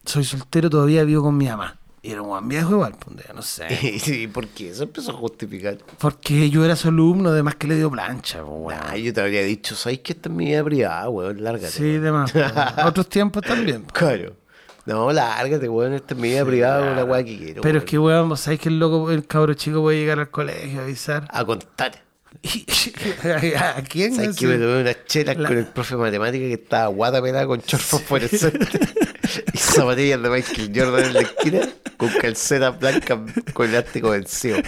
Speaker 3: soy soltero, todavía vivo con mi mamá. Y era un weón viejo igual, po, un día, no sé.
Speaker 2: ¿Y por qué? Se empezó a justificar.
Speaker 3: Porque yo era su alumno, además que le dio plancha, po, weón.
Speaker 2: Ah, yo te habría dicho, ¿sabes que Esta es mi vida privada, weón, lárgate.
Speaker 3: Sí, demás. po, weón. Otros tiempos también. pues. po.
Speaker 2: Claro. No, lárgate, weón, esta es mi vida privada, weón, la weá que quiero.
Speaker 3: Pero es
Speaker 2: weón.
Speaker 3: que, weón, vos sabés que el loco, el cabro chico puede llegar al colegio a avisar.
Speaker 2: A contar.
Speaker 3: ¿A quién?
Speaker 2: ¿Sabes que
Speaker 3: Así.
Speaker 2: me tomé unas chelas
Speaker 3: La-
Speaker 2: con el profe de matemática que estaba guata pelada con chorfos fluorescentes y zapatillas de Michael Jordan en la esquina con calcetas blancas con elástico vencido?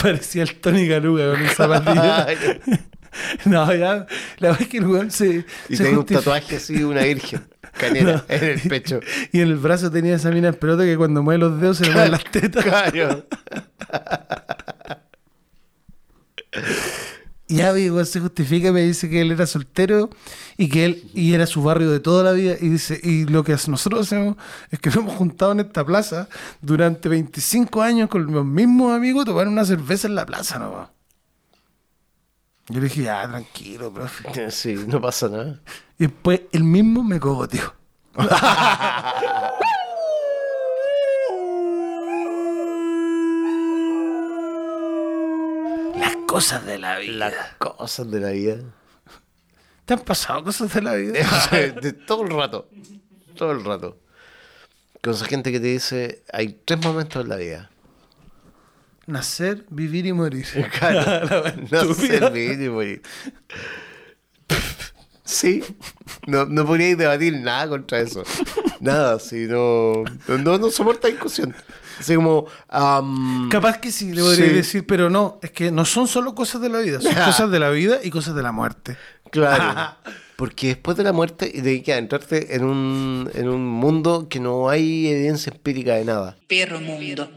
Speaker 3: Parecía el Tony Garuga con el zapatillo. no, ya. La verdad es que el weón se.
Speaker 2: y
Speaker 3: se
Speaker 2: tenía un
Speaker 3: justifica.
Speaker 2: tatuaje así de una virgen canera
Speaker 3: No.
Speaker 2: en el pecho.
Speaker 3: Y en el brazo tenía esa mina en pelota que cuando mueve los dedos se le mueven las tetas.
Speaker 2: Claro.
Speaker 3: Y ya, mi weón se justifica, me dice que él era soltero y que él y era su barrio de toda la vida. Y dice, y lo que nosotros hacemos es que nos hemos juntado en esta plaza durante 25 años con los mismos amigos a tomar una cerveza en la plaza, ¿no? weón? Yo le dije, ya, tranquilo, profe.
Speaker 2: Sí, no pasa nada.
Speaker 3: Y después él mismo me cogoteó. Las cosas de la vida.
Speaker 2: Las cosas de la vida.
Speaker 3: ¿Te han pasado cosas de la vida?
Speaker 2: De todo el rato. Todo el rato. Con esa gente que te dice, hay tres momentos en la vida.
Speaker 3: Nacer, vivir y morir.
Speaker 2: no sé, mínimo. y- Sí, no, no podíais debatir nada contra eso. Nada, si no, no, no soporta discusión. Así como, am,
Speaker 3: Capaz que sí, le podría
Speaker 2: Sí.
Speaker 3: decir, pero no, es que no son solo cosas de la vida, son cosas de la vida y cosas de la muerte.
Speaker 2: Claro. Porque después de la muerte te que adentrarte en un, en un mundo que no hay evidencia empírica de nada.
Speaker 1: perro mundo,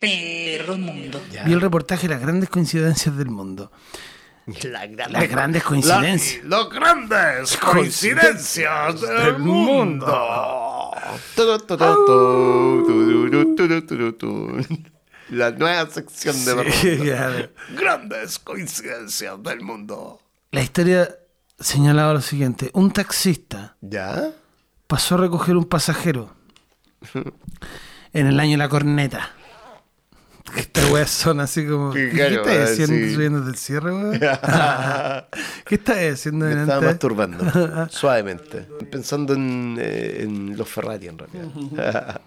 Speaker 1: perro mundo,
Speaker 3: Vi el reportaje Las grandes coincidencias del mundo.
Speaker 2: La gran-
Speaker 3: Las grandes coincidencias.
Speaker 2: Las grandes coincidencias del mundo. Tu, tu, tu, tu, tu, tu, tu, tu, tu, tu, tu. La nueva sección de
Speaker 3: Sí,
Speaker 2: Bermuda.
Speaker 3: claro.
Speaker 2: Grandes coincidencias del mundo.
Speaker 3: La historia señalaba lo siguiente: un taxista
Speaker 2: ¿Ya?
Speaker 3: pasó a recoger un pasajero en el año de la corneta. Estas weas son así como.
Speaker 2: Sí,
Speaker 3: ¿Qué,
Speaker 2: claro,
Speaker 3: estás
Speaker 2: ah,
Speaker 3: haciendo
Speaker 2: sí.
Speaker 3: subiendo del cierre, weón? ¿Qué estás haciendo
Speaker 2: Me estaba
Speaker 3: delante?
Speaker 2: masturbando suavemente, pensando en, eh, en los Ferrari en realidad.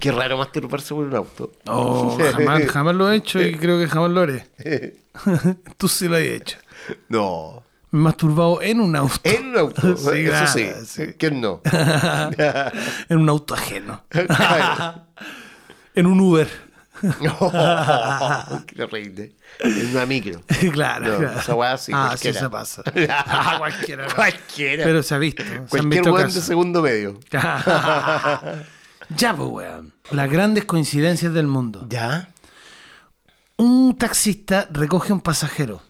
Speaker 2: Qué raro masturbarse por un auto.
Speaker 3: Oh, jamás, jamás lo he hecho y creo que jamás lo haré. Tú sí lo has hecho.
Speaker 2: No,
Speaker 3: Me he masturbado en un auto.
Speaker 2: en un auto,
Speaker 3: Sí,
Speaker 2: eso sí.
Speaker 3: claro, sí.
Speaker 2: ¿Quién no?
Speaker 3: En un auto ajeno.
Speaker 2: Claro.
Speaker 3: En un Uber.
Speaker 2: No, qué horrible. En una micro.
Speaker 3: claro,
Speaker 2: No,
Speaker 3: claro.
Speaker 2: esa weá sí,
Speaker 3: Ah,
Speaker 2: cualquiera.
Speaker 3: sí se pasa. Ah, cualquiera. no.
Speaker 2: Cualquiera.
Speaker 3: Pero se ha visto. se han
Speaker 2: Cualquier
Speaker 3: visto
Speaker 2: weón de
Speaker 3: casos.
Speaker 2: segundo medio.
Speaker 3: ya, pues, weón. Las grandes coincidencias del mundo.
Speaker 2: ¿Ya?
Speaker 3: Un taxista recoge a un pasajero.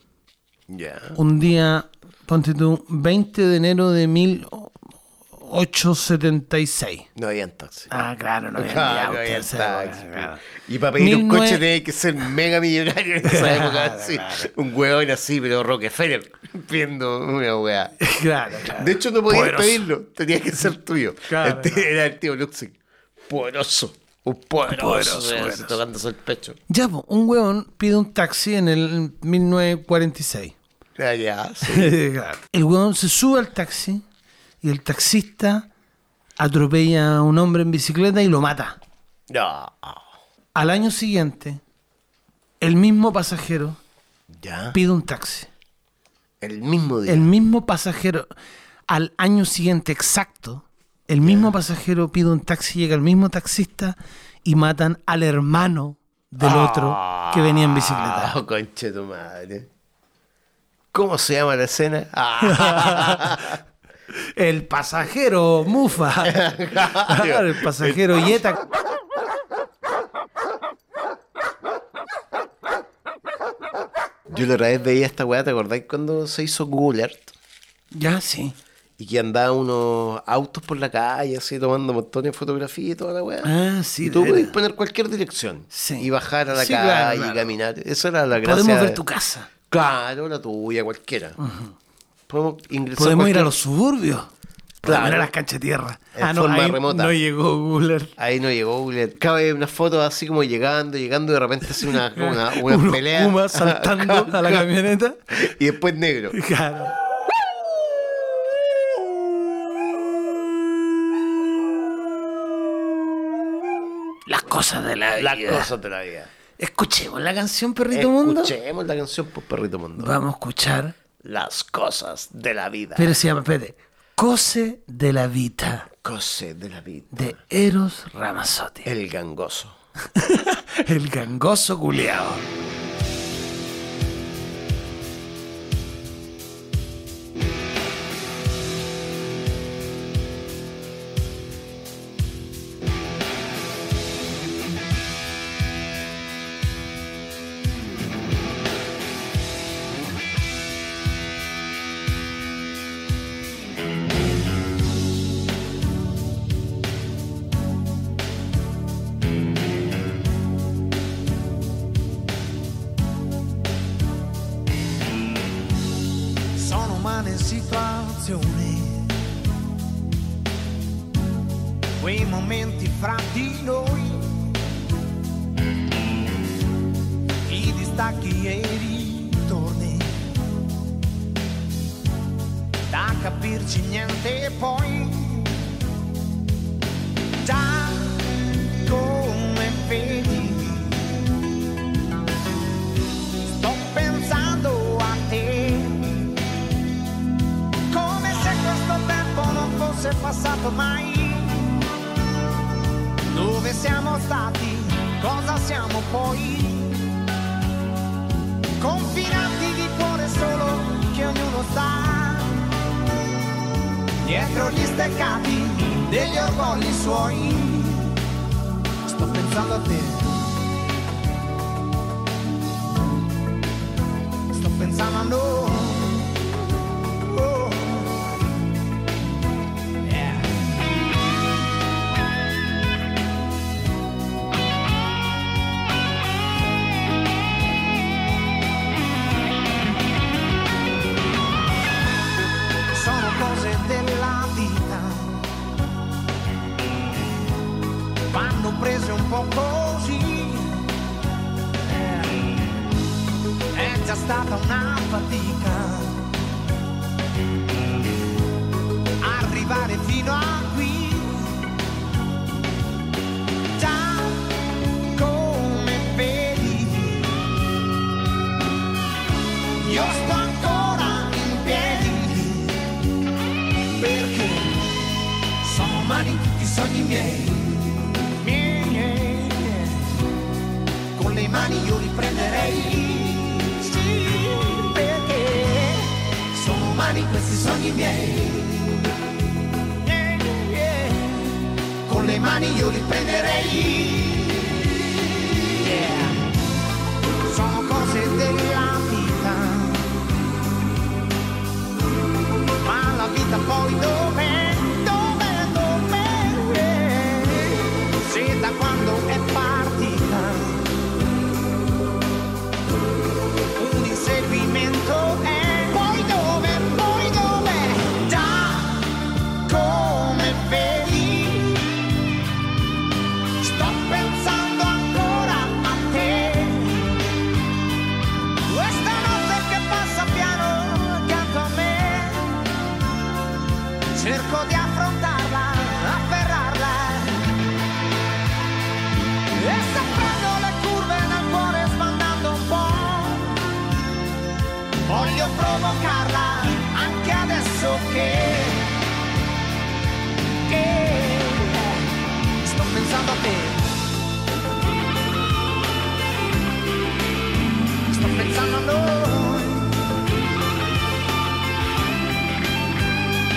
Speaker 2: Ya.
Speaker 3: Un día, ponte tú, 20 de enero de 1876.
Speaker 2: No habían taxi.
Speaker 3: Ah, claro, no había
Speaker 2: Ah,
Speaker 3: ni
Speaker 2: no había
Speaker 3: auto, sí,
Speaker 2: taxi.
Speaker 3: claro.
Speaker 2: Y para pedir un
Speaker 3: 19
Speaker 2: coche tenía que ser mega millonario en esa época. así. Un hueón así, pero Rockefeller, viendo una hueá.
Speaker 3: Claro, claro.
Speaker 2: De hecho, no podías
Speaker 3: Poderoso.
Speaker 2: pedirlo, tenía que ser tuyo.
Speaker 3: Claro,
Speaker 2: El tío- Era el tío Luxig. Poderoso. Un poderoso,
Speaker 3: Poderoso,
Speaker 2: así,
Speaker 3: poderoso.
Speaker 2: tocándose el pecho.
Speaker 3: Ya, po, un weón pide un taxi en el 1946.
Speaker 2: Ah, ya, sí.
Speaker 3: Eh, Claro. El weón se sube al taxi y el taxista atropella a un hombre en bicicleta y lo mata.
Speaker 2: No.
Speaker 3: Al año siguiente, el mismo pasajero
Speaker 2: Ya.
Speaker 3: pide un taxi.
Speaker 2: El mismo día.
Speaker 3: El mismo pasajero, al año siguiente exacto, el mismo pasajero pide un taxi, llega el mismo taxista y matan al hermano del otro que venía en bicicleta.
Speaker 2: Ah, conche tu madre. ¿Cómo se llama la escena? Ah,
Speaker 3: El pasajero Mufa. Claro, el pasajero Yeta.
Speaker 2: Yo la otra vez veía esta weá, ¿te acordáis cuando se hizo Google Earth?
Speaker 3: Ya, sí.
Speaker 2: y que andaba unos autos por la calle, así tomando montones de fotografías y toda la weá.
Speaker 3: Ah, sí,
Speaker 2: y tú
Speaker 3: de
Speaker 2: podías
Speaker 3: veras.
Speaker 2: poner cualquier dirección
Speaker 3: Sí.
Speaker 2: y bajar a la
Speaker 3: Sí,
Speaker 2: calle
Speaker 3: claro,
Speaker 2: y
Speaker 3: claro.
Speaker 2: caminar. Eso era la gracia.
Speaker 3: Podemos ver
Speaker 2: de-
Speaker 3: tu casa.
Speaker 2: Claro, la tuya, cualquiera. Podemos ingresar.
Speaker 3: Podemos ir a
Speaker 2: cualquier-
Speaker 3: los suburbios.
Speaker 2: Claro.
Speaker 3: Podemos ir a las canchas de tierra.
Speaker 2: En forma
Speaker 3: ahí
Speaker 2: remota.
Speaker 3: no llegó Google Earth.
Speaker 2: Ahí no llegó Google. Cada vez unas fotos así como llegando, llegando y de repente así una, una, una
Speaker 3: Unos
Speaker 2: pelea.
Speaker 3: Pumas saltando a la camioneta.
Speaker 2: y después negro.
Speaker 3: Claro. Las cosas de la
Speaker 2: Las
Speaker 3: vida.
Speaker 2: cosas de la vida.
Speaker 3: Escuchemos la canción Perrito Mundo.
Speaker 2: Escuchemos la canción por Perrito Mundo.
Speaker 3: Vamos a escuchar.
Speaker 2: Las cosas de la vida.
Speaker 3: Pero se llama, espérate. Cose de la vida
Speaker 2: Cosas de la vida.
Speaker 3: de Eros Ramazzotti.
Speaker 2: El gangoso.
Speaker 3: El gangoso culeado.
Speaker 4: sono umane situazioni, quei momenti fra di noi, i distacchi e i ritorni, da capirci niente poi, già come vedi, sto pensando a te come se questo tempo non fosse passato mai. Dove siamo stati? Cosa siamo poi? Confinati di cuore solo che ognuno sa. Dietro gli steccati degli orgogli suoi. Sto pensando a te. Sto pensando a noi. Oh. Yeah. Sono cose della vita, vanno prese un po' così. Eh. È già stata una fatica. arrivare fino a qui. Già come vedi, io sto ancora in piedi, perché sono umani tutti i sogni miei. Miei, miei, miei. Con le mani io li prenderei, sì, perché sono umani questi sogni miei. Yeah, yeah. Con le mani io li prenderei. Yeah. Sono cose della vita. Ma la vita poi dov'è? Dov'è? Dov'è? Se da quando è partita. Un inseguimento è. Poi dove? Poi dov'è? Già come vedi. Sto pensando ancora a te. Questa notte che passa piano accanto a me. Cerco di affrontarla, afferrarla. E saprando le curve nel cuore sbandando un po'. Voglio provocarla anche adesso che che sto pensando a te. Sto pensando a noi.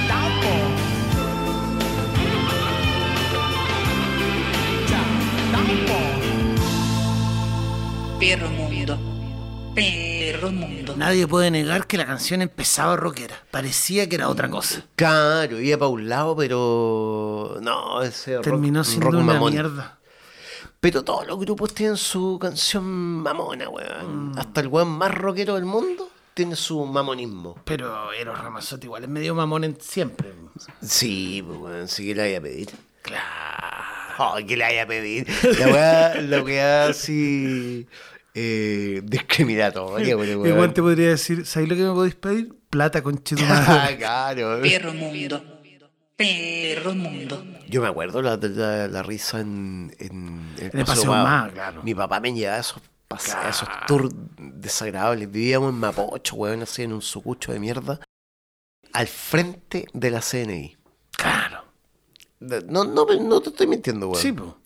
Speaker 4: Da un po'. Già, da un po'.
Speaker 1: Perro mundo. perro mundo.
Speaker 3: Nadie puede negar que la canción empezaba rockera. Parecía que era otra cosa.
Speaker 2: Claro, iba para un lado, pero. No, ese rock-
Speaker 3: Terminó
Speaker 2: rock
Speaker 3: siendo una
Speaker 2: mamón.
Speaker 3: mierda.
Speaker 2: Pero todos los grupos tienen su canción mamona, weón.
Speaker 3: Mm.
Speaker 2: Hasta el weón más rockero del mundo tiene su mamonismo.
Speaker 3: Pero Eros Ramazzotti igual es medio mamón en- siempre.
Speaker 2: Sí, pues, weón, sí que la voy a pedir.
Speaker 3: Claro.
Speaker 2: Oh, que la voy a pedir. La weá, la weá así. Eh, discriminatoria, pero, weón.
Speaker 3: Igual te podría decir, ¿sabéis lo que me podéis pedir? Plata con
Speaker 2: Ah, claro.
Speaker 1: Perro mundo. Perro mundo.
Speaker 2: Yo me acuerdo la, la- la risa en, en,
Speaker 3: En el Paseo
Speaker 2: Mao.
Speaker 3: Mao, claro.
Speaker 2: Mi papá me llevaba a esos paseos, a esos tours desagradables. Vivíamos en Mapocho, weón, así en un sucucho de mierda. Al frente de la CNI.
Speaker 3: Claro.
Speaker 2: No, no, me- no te estoy mintiendo, weón.
Speaker 3: Sí, po.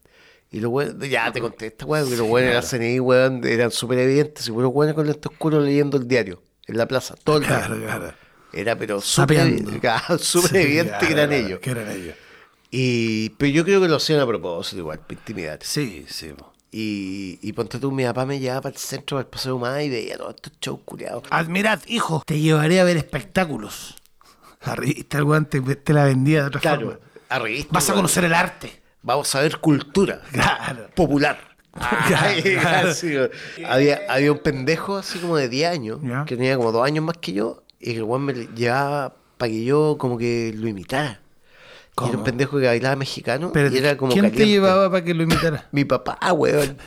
Speaker 2: Y los weones, ya te contesta, weón, que los weones de la CNI, weón, eran súper evidentes. Y los weones con lentes oscuros leyendo el diario en la plaza, todo el día.
Speaker 3: claro.
Speaker 2: Era, pero súper
Speaker 3: Sapeando.
Speaker 2: claro, súper evidente que eran ellos.
Speaker 3: Que eran ellos.
Speaker 2: Y, pero yo creo que lo hacían a propósito, igual, para intimidar.
Speaker 3: Sí, sí, po.
Speaker 2: Y, y ponte tú, mi papá me llevaba para el centro, para el paseo humano y veía todos estos shows culiados.
Speaker 3: Ah, Admirad, hijo, te llevaré a ver espectáculos. La revista, el weón te, te la vendía de otra
Speaker 2: Claro,
Speaker 3: forma.
Speaker 2: a revista,
Speaker 3: Vas a
Speaker 2: weón.
Speaker 3: conocer el arte.
Speaker 2: Vamos a ver cultura
Speaker 3: Claro. Ah,
Speaker 2: popular. Ay,
Speaker 3: Claro.
Speaker 2: así, weón. había, había un pendejo así como de 10 años,
Speaker 3: Ya.
Speaker 2: que tenía como 2 años más que yo, y el weón me llevaba para que yo como que lo imitara. Y
Speaker 3: ¿Cómo?
Speaker 2: Era un pendejo que bailaba mexicano
Speaker 3: Pero,
Speaker 2: y era como
Speaker 3: ¿Quién te
Speaker 2: caliente.
Speaker 3: llevaba para que lo imitara?
Speaker 2: Mi papá, weón.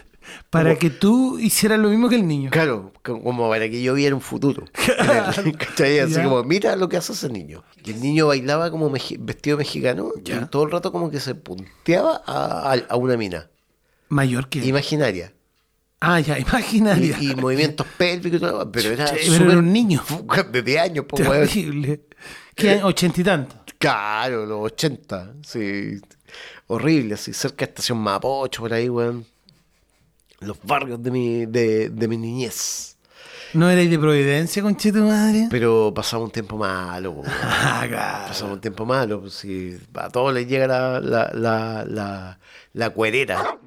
Speaker 3: Para
Speaker 2: Como-
Speaker 3: que tú hicieras lo mismo que el niño.
Speaker 2: Claro, co- como para que yo viera un futuro. ¿Cachai? Así
Speaker 3: Ya.
Speaker 2: como, mira lo que hace ese niño. Y el niño bailaba como meji- vestido mexicano y todo el rato como que se punteaba a, a- a una mina
Speaker 3: Mayor que.
Speaker 2: imaginaria.
Speaker 3: ah, ya,
Speaker 2: Y,
Speaker 3: imaginaria.
Speaker 2: y movimientos pélvicos y todo. Pero era,
Speaker 3: Che, pero
Speaker 2: súper-
Speaker 3: era un niño.
Speaker 2: de 10 años, po, weón.
Speaker 3: Terrible. ¿Qué año? Ochenta y tanto.
Speaker 2: Claro, los 80. Sí. Horrible, así cerca de Estación Mapocho, por ahí, weón. Los barrios de mi, de, de mi niñez.
Speaker 3: ¿No erais de Providencia, conchito madre?
Speaker 2: Pero pasaba un tiempo malo, weón.
Speaker 3: Ah, claro.
Speaker 2: Pasamos un tiempo malo, pues, si a todos les llega la, la, la, la, la cuerera.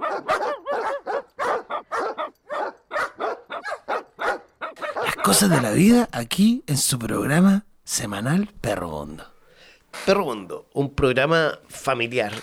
Speaker 3: Las cosas de la vida aquí en su programa semanal Perro Bondo.
Speaker 2: Perro Mundo, un programa familiar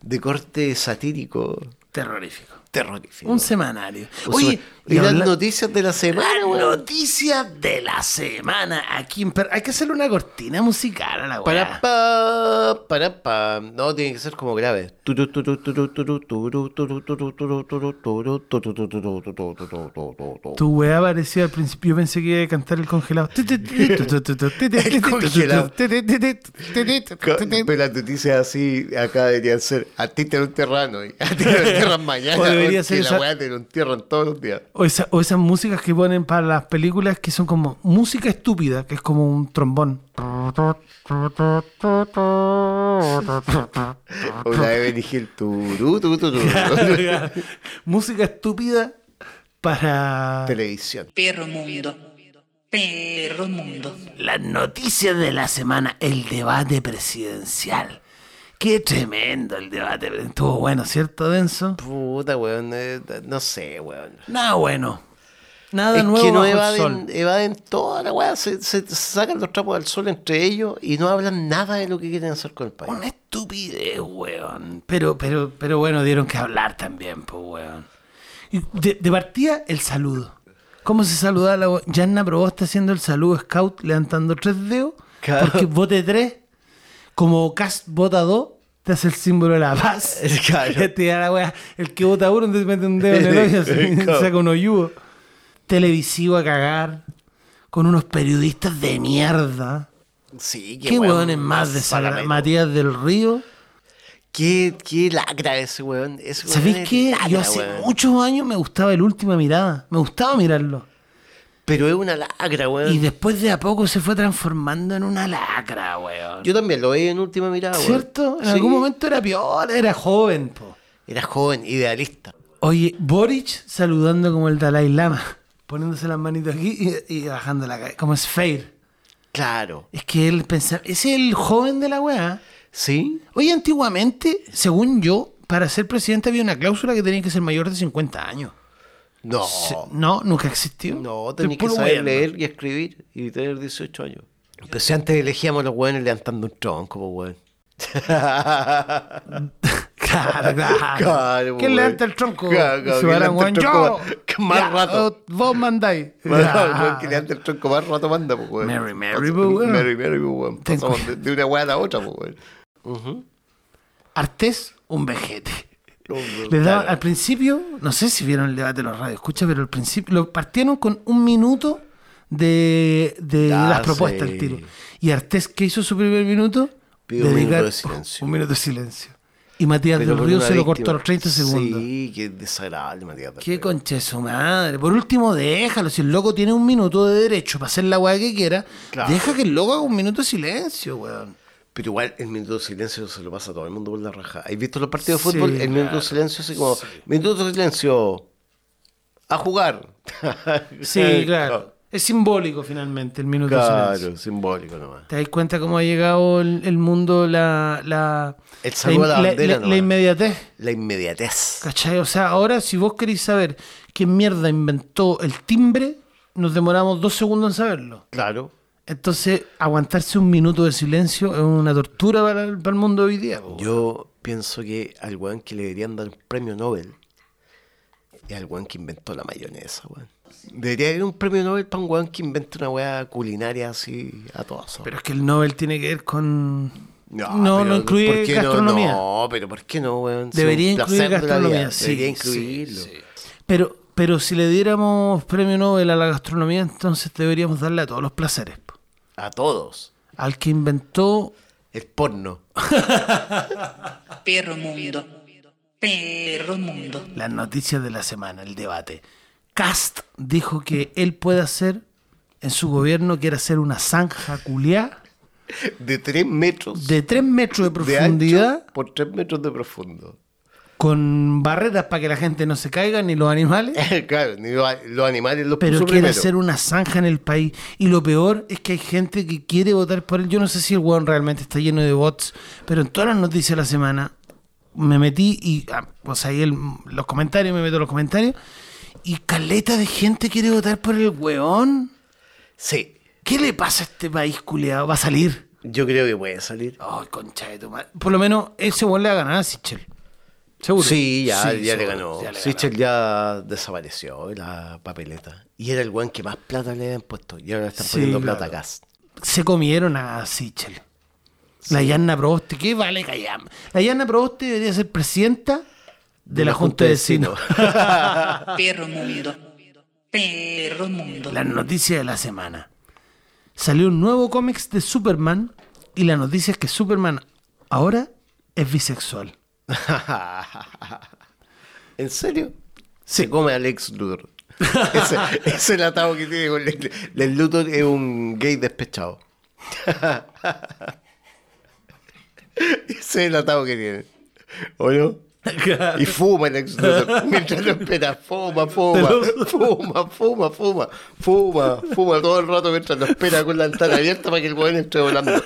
Speaker 2: de corte satírico
Speaker 3: Terrorífico.
Speaker 2: terrorífico.
Speaker 3: Un semanario.
Speaker 2: O sea,
Speaker 3: Oye,
Speaker 2: y las
Speaker 3: habla-
Speaker 2: noticias de la semana,
Speaker 3: las
Speaker 2: weón.
Speaker 3: noticias de la semana aquí en Perro. Hay que hacerle una cortina musical a la
Speaker 2: Para
Speaker 3: weá.
Speaker 2: pa, para pa. No, tiene que ser como grave. Turu, turu, turu, turu, turu, turu, turu, turu, turu, turu, turu, turu, turu, turu, turu, turu, turu.
Speaker 3: Tu weá parecía al principio, yo pensé que iba a cantar el congelado. El
Speaker 2: congelado. Pero las noticias así acá deberían ser a ti te lo enterran hoy, a ti te lo enterran mañana,
Speaker 3: O debería
Speaker 2: porque
Speaker 3: ser
Speaker 2: la
Speaker 3: esa-
Speaker 2: weá te lo entierran todos los días.
Speaker 3: O, esa- o esas músicas que ponen para las películas que son como música estúpida, que es como un trombón. Ah.
Speaker 2: O la de Benny Hill, turú, turú, turú, turú.
Speaker 3: música estúpida para
Speaker 2: televisión.
Speaker 1: Perro mundo. Perro mundo.
Speaker 3: las noticias de la semana, el debate presidencial. Qué tremendo el debate. Estuvo bueno, ¿cierto, Denso?
Speaker 2: Puta, weón, eh, no sé, weón.
Speaker 3: Nada bueno. Nada
Speaker 2: es
Speaker 3: nuevo
Speaker 2: que no
Speaker 3: bajo el
Speaker 2: evaden,
Speaker 3: sol.
Speaker 2: evaden toda la weá, se, se- se sacan los trapos al sol entre ellos y no hablan nada de lo que quieren hacer con el país.
Speaker 3: Una estupidez, weón. Pero, pero, pero bueno, dieron que hablar también, pues, weón. Y De, de partida, el saludo. ¿Cómo se saluda la we- Yanna Probó está haciendo el saludo scout levantando tres dedos.
Speaker 2: Claro.
Speaker 3: Porque vote tres. Como Cast vota dos, te hace el símbolo de la paz.
Speaker 2: Claro.
Speaker 3: Te da la wea. El que vota uno te mete un dedo en el hoyo, así,
Speaker 2: Claro.
Speaker 3: saca un hoyugo. Televisivo a cagar. Con unos periodistas de mierda.
Speaker 2: Sí,
Speaker 3: Qué, weón es más
Speaker 2: salamero.
Speaker 3: desagradables. Matías del Río.
Speaker 2: Qué, qué lacra ese weón. Ese weón
Speaker 3: ¿Sabéis
Speaker 2: es
Speaker 3: qué? Yo
Speaker 2: lacra,
Speaker 3: hace
Speaker 2: weón.
Speaker 3: muchos años me gustaba el Última Mirada. Me gustaba mirarlo.
Speaker 2: Pero es una lacra, weón.
Speaker 3: Y después de a poco se fue transformando en una lacra, weón.
Speaker 2: Yo también lo veía en última mirada, weón.
Speaker 3: ¿Cierto? En
Speaker 2: Sí.
Speaker 3: algún momento era peor, era joven, po.
Speaker 2: Era joven, idealista.
Speaker 3: Oye, Boric saludando como el Dalai Lama. Poniéndose las manitos aquí y, y bajando la cabeza. Como Sfeir.
Speaker 2: Claro.
Speaker 3: Es que él pensaba... Ese es el joven de la weá.
Speaker 2: ¿Sí?
Speaker 3: Oye, antiguamente, según yo, para ser presidente había una cláusula que tenía que ser mayor de 50 años.
Speaker 2: No.
Speaker 3: Se- no, nunca existió.
Speaker 2: No,
Speaker 3: Estoy
Speaker 2: tenés que
Speaker 3: puro
Speaker 2: saber
Speaker 3: weando.
Speaker 2: leer y escribir y tener 18 años. Pero si antes elegíamos los weones levantando un tronco, pues weón.
Speaker 3: Claro, claro.
Speaker 2: Claro,
Speaker 3: ¿Quién
Speaker 2: weón.
Speaker 3: levanta el tronco?
Speaker 2: Claro, claro,
Speaker 3: Se
Speaker 2: ¿quién
Speaker 3: va la
Speaker 2: levanta el
Speaker 3: weón,
Speaker 2: tronco?
Speaker 3: yo.
Speaker 2: Que más rato.
Speaker 3: o oh, Vos mandáis.
Speaker 2: Bueno,
Speaker 3: Ya.
Speaker 2: weón, que levanta el tronco más rato manda, pues weón.
Speaker 3: Mary, Mary,
Speaker 2: Pasa-
Speaker 3: pues, weón.
Speaker 2: Mary, Mary, pues weón.
Speaker 3: Ten
Speaker 2: Pasamos de, de una weá a la otra, pues weón.
Speaker 3: Artés, un vejete.
Speaker 2: No, no,
Speaker 3: Les daba-
Speaker 2: claro.
Speaker 3: al principio, no sé si vieron el debate de los radios, escucha, pero al principio lo partieron con un minuto de, de
Speaker 2: Ah,
Speaker 3: las propuestas
Speaker 2: sí.
Speaker 3: al tiro. Y Artés, que hizo su primer minuto?
Speaker 2: Pidió un minuto de silencio.
Speaker 3: Un minuto de silencio. Y Matías
Speaker 2: Pero
Speaker 3: del
Speaker 2: por
Speaker 3: Río
Speaker 2: una
Speaker 3: se lo cortó
Speaker 2: víctima.
Speaker 3: a los 30 segundos.
Speaker 2: Sí, qué desagradable, Matías. del
Speaker 3: Qué
Speaker 2: Río.
Speaker 3: concha de su madre. Por último, déjalo. Si el loco tiene un minuto de derecho para hacer la weá que quiera,
Speaker 2: Claro.
Speaker 3: deja que el loco haga un minuto de silencio, weón.
Speaker 2: Pero igual el minuto de silencio se lo pasa a todo el mundo por la raja. ¿Has visto los partidos de fútbol?
Speaker 3: Sí,
Speaker 2: el minuto de silencio así como, minuto de silencio, a jugar.
Speaker 3: Sí, claro. Es simbólico finalmente el minuto de silencio.
Speaker 2: Claro, simbólico nomás.
Speaker 3: ¿Te das cuenta cómo ha llegado el, el mundo la, la,
Speaker 2: El saludo
Speaker 3: la-
Speaker 2: a la bandera
Speaker 3: la- la
Speaker 2: nomás.
Speaker 3: inmediatez?
Speaker 2: La inmediatez.
Speaker 3: ¿Cachai? O sea, ahora si vos queréis saber qué mierda inventó el timbre, nos demoramos dos segundos en saberlo.
Speaker 2: Claro.
Speaker 3: Entonces, aguantarse un minuto de silencio es una tortura para el, para el mundo hoy día.
Speaker 2: Oh,
Speaker 3: po.
Speaker 2: Yo pienso que al weón que le deberían dar un premio Nobel es al weón que inventó la mayonesa, weón. Debería haber un premio Nobel para un weón que invente una weá culinaria así a todas.
Speaker 3: Pero es que el Nobel tiene que ver con... No, no,
Speaker 2: pero ¿por
Speaker 3: incluye
Speaker 2: qué no?
Speaker 3: gastronomía.
Speaker 2: No, pero ¿por qué no, weón? Si
Speaker 3: Debería
Speaker 2: un placer
Speaker 3: incluir
Speaker 2: de la vida,
Speaker 3: gastronomía, sí.
Speaker 2: Debería
Speaker 3: sí,
Speaker 2: incluirlo.
Speaker 3: sí. Pero, pero si le diéramos premio Nobel a la gastronomía, entonces deberíamos darle a todos los placeres. po.
Speaker 2: A todos.
Speaker 3: Al que inventó
Speaker 2: El porno.
Speaker 1: perro mundo, perro mundo,
Speaker 3: las noticias de la semana, el debate. Cast dijo que él puede hacer, en su gobierno, quiere hacer una zanja culiá
Speaker 2: De 3 metros
Speaker 3: de 3 metros de
Speaker 2: de ancho
Speaker 3: profundidad
Speaker 2: por 3 metros de profundo.
Speaker 3: con barreras para que la gente no se caiga ni los animales.
Speaker 2: claro, ni los, los animales los
Speaker 3: Pero
Speaker 2: puso
Speaker 3: quiere
Speaker 2: primero.
Speaker 3: hacer una zanja en el país. Y lo peor es que hay gente que quiere votar por él. Yo no sé si el weón realmente está lleno de bots, pero en todas las noticias de la semana me metí y, ah, pues ahí el- los comentarios, me meto en los comentarios. Y caleta de gente quiere votar por el weón.
Speaker 2: Sí,
Speaker 3: ¿Qué le pasa a este país culiado? Va a salir.
Speaker 2: yo creo que puede salir.
Speaker 3: Ay, concha de tu madre. Por lo menos ese weón le va a ganar a Sichel. Seguro.
Speaker 2: Sí, ya, ya le
Speaker 3: seguro,
Speaker 2: ganó.
Speaker 3: ya le
Speaker 2: Sichel ya desapareció de la papeleta. Y era el weón que más plata le habían puesto. Y ahora le están
Speaker 3: Sí,
Speaker 2: poniendo
Speaker 3: claro.
Speaker 2: plata a gas.
Speaker 3: se comieron a Sichel. La Yanna Proboste, ¿qué vale callam? La Yanna Proboste debería ser presidenta de, la, Junta de Vecinos.
Speaker 1: perro mundo, perro mundo,
Speaker 3: Las noticias de la semana. Salió un nuevo cómics de Superman y la noticia es que Superman ahora es bisexual.
Speaker 2: ¿En serio? Se come a Lex Luthor. Ese ese es el atado que tiene con Lex Lex Luthor. es un gay despechado. Ese es el atado que tiene. ¿O no? Y fuma Lex Luthor. Mientras lo espera, fuma, fuma, fuma, fuma, fuma, fuma, fuma todo el rato mientras lo espera con la ventana abierta para que el weón entre volando.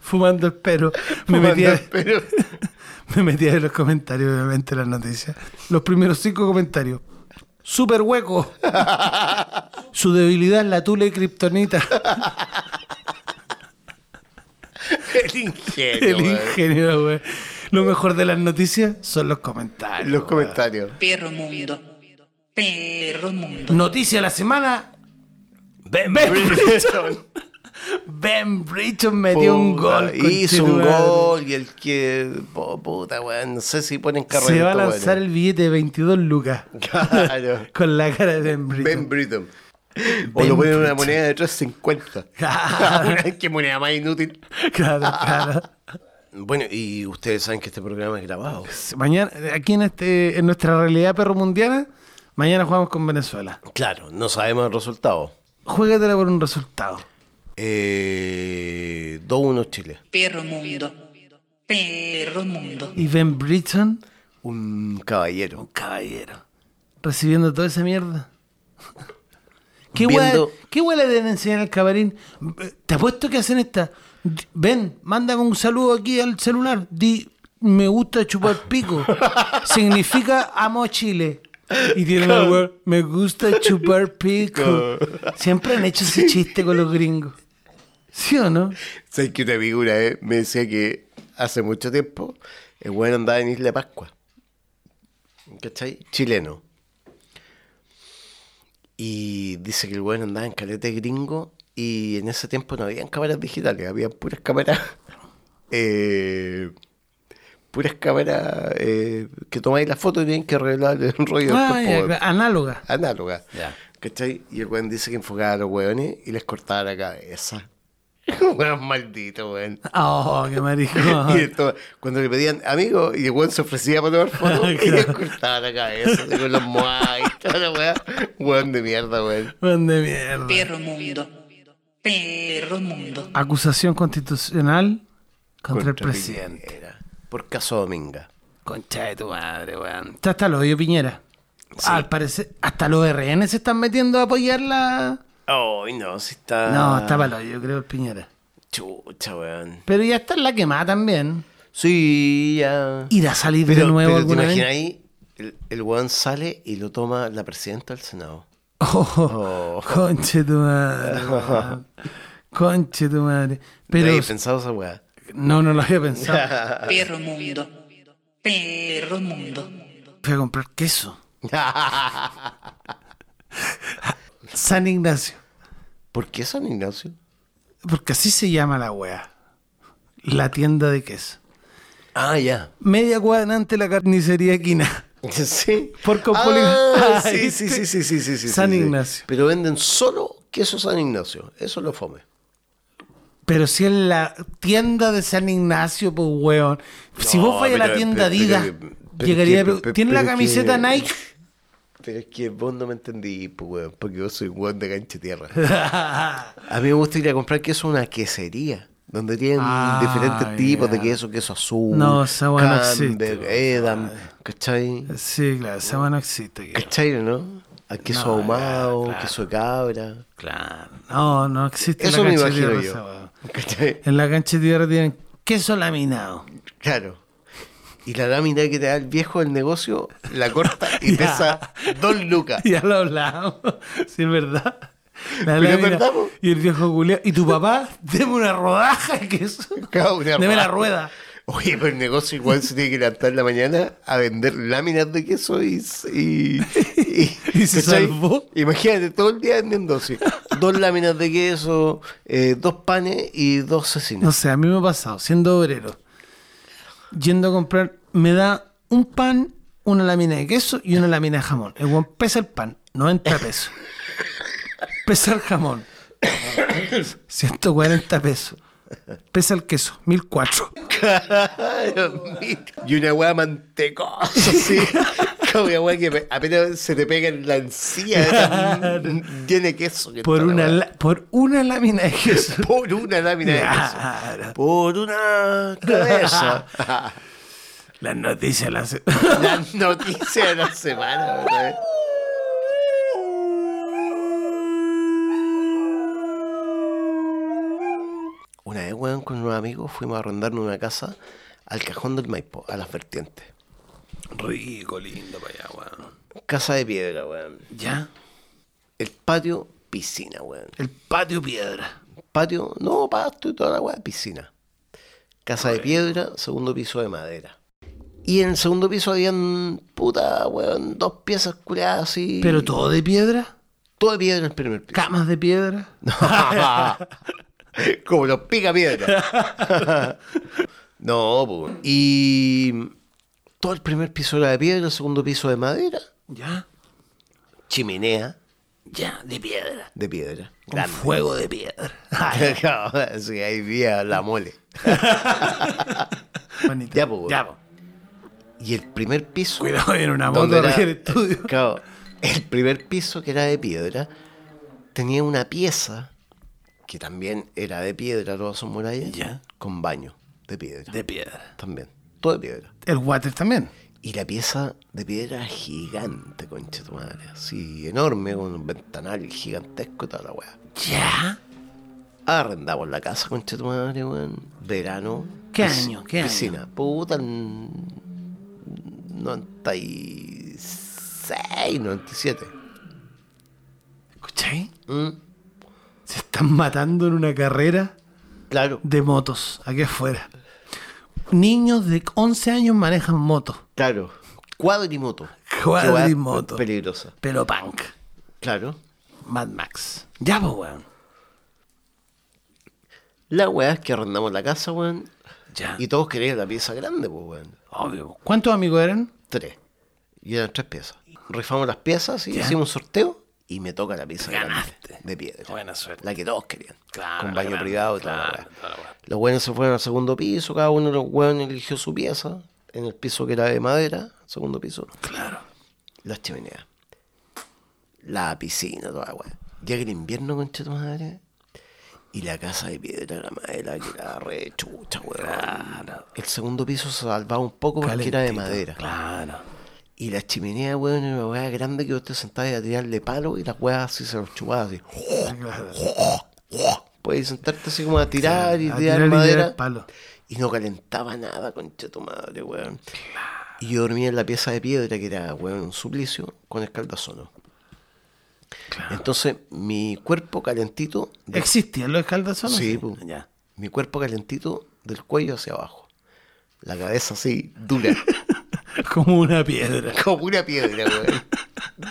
Speaker 3: Fumando el pelo. Me
Speaker 2: Fumando,
Speaker 3: metí, a,
Speaker 2: pero-
Speaker 3: me metí en los comentarios, obviamente, las noticias. Los primeros cinco comentarios. Super hueco. Su debilidad es la tula y kriptonita.
Speaker 2: El ingenio.
Speaker 3: El
Speaker 2: weón.
Speaker 3: ingeniero, güey. Lo mejor de las noticias son los comentarios.
Speaker 2: Los
Speaker 3: güey.
Speaker 2: comentarios.
Speaker 1: perro mundo, perro mundo,
Speaker 3: Noticia de la semana. Ben, Ben Bridgerton. Ben Bridgerton metió un
Speaker 2: Puta,
Speaker 3: gol.
Speaker 2: Hizo un
Speaker 3: conchetumadre.
Speaker 2: gol y el que. po- puta, weón. No sé si ponen carrera.
Speaker 3: Se va a lanzar el billete de 22 lucas.
Speaker 2: Claro.
Speaker 3: Con la cara de Ben Bridgerton.
Speaker 2: Ben Britton. O
Speaker 3: Ben
Speaker 2: lo ponen en una
Speaker 3: Britton.
Speaker 2: moneda de 350. Una- Qué moneda más inútil.
Speaker 3: Claro,
Speaker 2: Ah.
Speaker 3: claro.
Speaker 2: Bueno, y ustedes saben que este programa es grabado.
Speaker 3: Mañana, aquí en, este, en nuestra realidad perro mundiana, mañana jugamos con Venezuela.
Speaker 2: Claro, no sabemos el resultado.
Speaker 3: Juégatela por un resultado.
Speaker 2: Eh, 2-1 Chile.
Speaker 1: perro mundo, perro mundo,
Speaker 3: Y Ben Bridgerton,
Speaker 2: Un caballero.
Speaker 3: caballero. Recibiendo toda esa mierda. ¿Qué
Speaker 2: Viendo-
Speaker 3: hueá ¿Qué hueá le deben enseñar al cabarín? Eh, Te apuesto que hacen esta. Ven, mándame un saludo aquí al celular. Di, me gusta chupar pico. Significa amo a Chile. Y tiene una weá, me gusta chupar pico. Siempre han hecho ese chiste con los gringos. ¿Sí o no?
Speaker 2: ¿Sabes que una amiga una vez eh? me decía que hace mucho tiempo el weón andaba en Isla Pascua? ¿Cachai? Chileno. Y dice que el weón andaba en calete gringo y en ese tiempo no habían cámaras digitales, había puras cámaras. eh, puras cámaras eh, que tomáis la foto y tenían que arreglar el rollo
Speaker 3: Ah,
Speaker 2: después,
Speaker 3: ya,
Speaker 2: po,
Speaker 3: claro, análoga.
Speaker 2: análoga.
Speaker 3: Ya.
Speaker 2: ¿Cachai? Y el weón dice que enfocaba a los weones y les cortaba la cabeza. weón maldito, weón.
Speaker 3: Oh, qué maricón.
Speaker 2: Y esto, cuando le pedían amigo, y el weón se ofrecía para tomar fotos, y les
Speaker 3: Claro.
Speaker 2: cortaba la cabeza, así con los moai, toda la weá. Weón de mierda, weón.
Speaker 3: Weón de mierda.
Speaker 1: perro mundo, perro mundo,
Speaker 3: Acusación constitucional contra, el presidente.
Speaker 2: Piñera. Por caso Dominga.
Speaker 3: Concha de tu madre, weón. Está hasta lo odio Piñera. Al parecer, hasta los RN se están metiendo a apoyar la.
Speaker 2: Ay, no, si está.
Speaker 3: No, está para yo creo, el Piñera.
Speaker 2: Chucha, weón.
Speaker 3: Pero ya está en la quemada también.
Speaker 2: Sí, ya.
Speaker 3: Irá a salir de
Speaker 2: Pero,
Speaker 3: nuevo
Speaker 2: pero te
Speaker 3: alguna vez.
Speaker 2: imaginas ahí, el, el weón sale y lo toma la presidenta del Senado.
Speaker 3: Oh,
Speaker 2: Oh.
Speaker 3: Conche tu madre. weón. Conche tu madre.
Speaker 2: Pero
Speaker 3: Pero
Speaker 2: pensado esa weá.
Speaker 3: no, no lo había pensado.
Speaker 1: perro mundo, perro mundo.
Speaker 3: Fui a comprar queso. San Ignacio.
Speaker 2: ¿Por qué San Ignacio?
Speaker 3: Porque así se llama la wea. La tienda de queso.
Speaker 2: Ah, ya.
Speaker 3: Media cuadra ante la carnicería Quina.
Speaker 2: Sí.
Speaker 3: Por Copoli-
Speaker 2: ah,
Speaker 3: Ah,
Speaker 2: sí,
Speaker 3: ¿viste?
Speaker 2: sí, sí, sí, sí, sí, sí,
Speaker 3: San
Speaker 2: sí, sí.
Speaker 3: Ignacio.
Speaker 2: Pero venden solo queso San Ignacio. Eso lo fome.
Speaker 3: Pero si es la tienda de San Ignacio, pues weón. Si vos vayas a la
Speaker 2: pero-
Speaker 3: tienda
Speaker 2: pero- pero-
Speaker 3: Adidas,
Speaker 2: pero-
Speaker 3: llegaría.
Speaker 2: pero- pero-
Speaker 3: ¿Tiene la
Speaker 2: pero-
Speaker 3: camiseta
Speaker 2: pero-
Speaker 3: Nike?
Speaker 2: Pero es que vos no me entendí, pues, weón, porque yo soy un weón de cancha tierra. A mí me gusta ir a comprar queso a una quesería, donde tienen
Speaker 3: Ah,
Speaker 2: diferentes tipos de
Speaker 3: ya.
Speaker 2: queso, queso azul,
Speaker 3: No, esa weá no existe,
Speaker 2: Camembert,
Speaker 3: weón.
Speaker 2: Edam, ¿cachai?
Speaker 3: Sí, claro, esa weá no existe. creo.
Speaker 2: ¿Cachai, no? Al queso
Speaker 3: No, ya,
Speaker 2: ahumado,
Speaker 3: claro.
Speaker 2: queso de cabra.
Speaker 3: Claro. No, no existe en
Speaker 2: Eso me
Speaker 3: la cancha de
Speaker 2: imagino
Speaker 3: tierra.
Speaker 2: yo.
Speaker 3: esa weá.
Speaker 2: ¿Cachai?
Speaker 3: En la cancha de tierra tienen queso laminado.
Speaker 2: Claro. Y la lámina que te da el viejo del negocio, la corta y pesa dos lucas.
Speaker 3: Ya lo hablamos. Sí, es verdad. La
Speaker 2: Pero es
Speaker 3: lámina.
Speaker 2: verdad, po.
Speaker 3: y el viejo Julián. ¿Y tu papá? Deme una rodaja de queso.
Speaker 2: Cada una
Speaker 3: Deme la
Speaker 2: rata.
Speaker 3: rueda.
Speaker 2: Oye, pero el negocio igual se tiene que levantar en la mañana a vender láminas de queso y. Y,
Speaker 3: Y se
Speaker 2: ¿cachai?
Speaker 3: salvó.
Speaker 2: Imagínate, todo el día vendiendo así: dos láminas de queso, eh, dos panes y dos
Speaker 3: No
Speaker 2: cecinas.
Speaker 3: sé, a mí me ha pasado, siendo obrero, yendo a comprar, me da un pan, una lámina de queso y una lámina de jamón. El weón pesa el pan, 90 pesos. Pesa el jamón, 140 pesos. Pesa el queso, 1004.
Speaker 2: Y una hueá mantecosa, así. Como una hueá que apenas se te pega en la encía, tan- tiene queso. que
Speaker 3: Por
Speaker 2: está la
Speaker 3: una,
Speaker 2: hueá.
Speaker 3: la- por una lámina de queso.
Speaker 2: Por una lámina de queso.
Speaker 3: Claro.
Speaker 2: Por una cabeza.
Speaker 3: Las noticias las...
Speaker 2: La noticia de la semana, ¿verdad? Una vez, weón, con unos amigos fuimos a rondarnos una casa al cajón del Maipo, a las vertientes.
Speaker 3: Rico, lindo para allá, weón.
Speaker 2: Casa de piedra, weón.
Speaker 3: Ya,
Speaker 2: El patio, piscina, weón.
Speaker 3: el patio piedra.
Speaker 2: Patio, no, pasto y toda la weón, piscina. Casa de piedra, segundo piso de madera. Y en el segundo piso habían, puta, weón, dos piezas curadas así.
Speaker 3: Pero todo de piedra,
Speaker 2: Todo de piedra en el primer piso.
Speaker 3: camas de piedra.
Speaker 2: Como los pica piedra. no, po. y todo el primer piso era de piedra, el segundo piso de madera,
Speaker 3: Ya.
Speaker 2: chimenea
Speaker 3: Ya, de piedra.
Speaker 2: de piedra.
Speaker 3: Con fuego de piedra.
Speaker 2: sí, ahí vía la mole.
Speaker 3: Bonito.
Speaker 2: Ya, po, weón.
Speaker 3: Ya, pues, po.
Speaker 2: Y el primer piso.
Speaker 3: Cuidado, en una moto
Speaker 2: donde
Speaker 3: arriba
Speaker 2: era-
Speaker 3: del estudio.
Speaker 2: claro, el primer piso que era de piedra tenía una pieza que también era de piedra, todas son murallas,
Speaker 3: Ya.
Speaker 2: con baño de piedra.
Speaker 3: De piedra.
Speaker 2: También, todo de piedra.
Speaker 3: El water también.
Speaker 2: Y la pieza de piedra era gigante, concha tu madre. Así, enorme, con un ventanal gigantesco y toda la weá.
Speaker 3: Ya.
Speaker 2: Arrendamos la casa, concha tu madre, weón. Verano.
Speaker 3: ¿Qué
Speaker 2: Pis-
Speaker 3: año? ¿Qué año?
Speaker 2: Piscina. Puta, en 96, 96, 97.
Speaker 3: ¿Escucháis?
Speaker 2: Mm,
Speaker 3: Se están matando en una carrera
Speaker 2: Claro,
Speaker 3: de motos, aquí afuera. Niños de 11 años manejan motos,
Speaker 2: claro. Cuadrimoto.
Speaker 3: Cuadrimoto.
Speaker 2: Qué weá Peligrosa.
Speaker 3: pero punk.
Speaker 2: Claro.
Speaker 3: Mad Max. Ya, pues, weón.
Speaker 2: La weá es que arrendamos la casa, weón.
Speaker 3: Ya.
Speaker 2: Y todos querían la pieza grande, pues, weón.
Speaker 3: Obvio. ¿Cuántos amigos eran?
Speaker 2: Tres. Y eran tres piezas. Rifamos las piezas y
Speaker 3: Ya.
Speaker 2: hicimos un sorteo y me toca la pieza grande
Speaker 3: Ganaste.
Speaker 2: de piedra.
Speaker 3: Buena suerte.
Speaker 2: La que todos querían.
Speaker 3: Claro,
Speaker 2: Con
Speaker 3: la
Speaker 2: baño
Speaker 3: grande,
Speaker 2: privado y toda la
Speaker 3: claro,
Speaker 2: weá.
Speaker 3: toda la weá.
Speaker 2: Los buenos se fueron al segundo piso, cada uno de los buenos eligió su pieza, en el piso que era de madera, segundo piso,
Speaker 3: Claro.
Speaker 2: las chimeneas, la piscina, toda la weá. Llega el invierno, concha tu madre, y la casa de piedra, la madera, que era re chucha, weón. El segundo piso se salvaba un poco porque era de
Speaker 3: Calentito.
Speaker 2: madera.
Speaker 3: Claro.
Speaker 2: Y la chimenea, weón, era una weá grande que vos te sentabas a tirarle palo y las weas así se los chupabas así. Puedes sentarte así como a tirar y
Speaker 3: a
Speaker 2: tirar
Speaker 3: tirar y
Speaker 2: madera.
Speaker 3: tirar palo.
Speaker 2: Y no calentaba nada, concha tu madre, weón. Y yo dormía en la pieza de piedra que era, weón, un suplicio con escaldazono. Entonces, mi cuerpo calentito. de-
Speaker 3: ¿Existían los escaldazones?
Speaker 2: Sí, po.
Speaker 3: Ya.
Speaker 2: Mi cuerpo calentito del cuello hacia abajo. La cabeza así, dura.
Speaker 3: Como una piedra.
Speaker 2: Como una piedra, weón.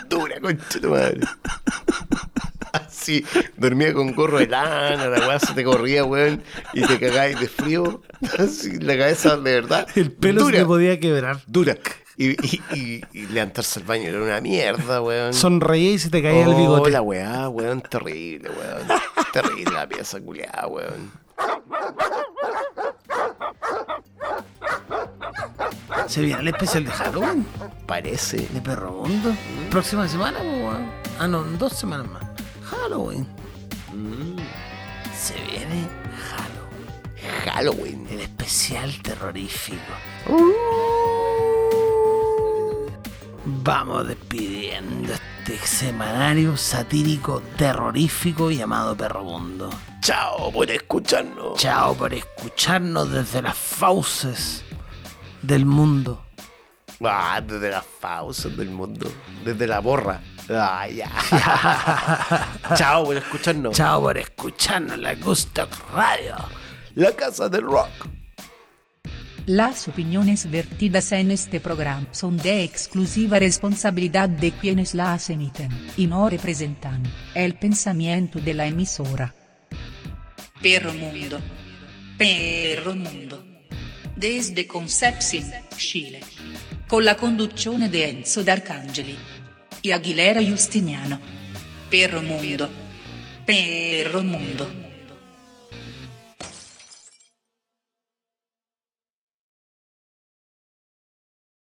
Speaker 2: Dura, concha tu madre. Así, dormía con gorro de lana, la weá se te corría, weón, y te cagáis de frío. Así, la cabeza de verdad.
Speaker 3: El pelo
Speaker 2: dura,
Speaker 3: se te podía quebrar.
Speaker 2: dura. Y, y- y- y levantarse al baño era una mierda, weón.
Speaker 3: Sonreía y se te caía el
Speaker 2: Oh,
Speaker 3: bigote.
Speaker 2: la weá, weón, terrible, weón. Terrible la pieza culiada, weón.
Speaker 3: Se viene el especial de Halloween
Speaker 2: Parece.
Speaker 3: de Perro Mundo. Próxima semana, po, weón. Ah, no, en dos semanas más. Halloween.
Speaker 2: Mm.
Speaker 3: Se viene Halloween.
Speaker 2: Halloween.
Speaker 3: El especial terrorífico.
Speaker 2: Uh.
Speaker 3: Vamos despidiendo este semanario satírico terrorífico llamado Perro Mundo.
Speaker 2: Chao por escucharnos.
Speaker 3: Chao por escucharnos desde las fauces del mundo.
Speaker 2: Ah, desde las pausas del mundo. Desde la borra. Ah, ya. Chao por escucharnos.
Speaker 3: Chao por escucharnos en la Gusto Radio.
Speaker 2: La casa del rock.
Speaker 1: Las opiniones vertidas en este programa son de exclusiva responsabilidad de quienes las emiten y no representan el pensamiento de la emisora. Perro Mundo. Perro Mundo. Desde Concepción, Chile. Con la conduzione di Enzo D'Arcangeli e Aguilera Justiniano. Perro Mundo. Perro Mundo.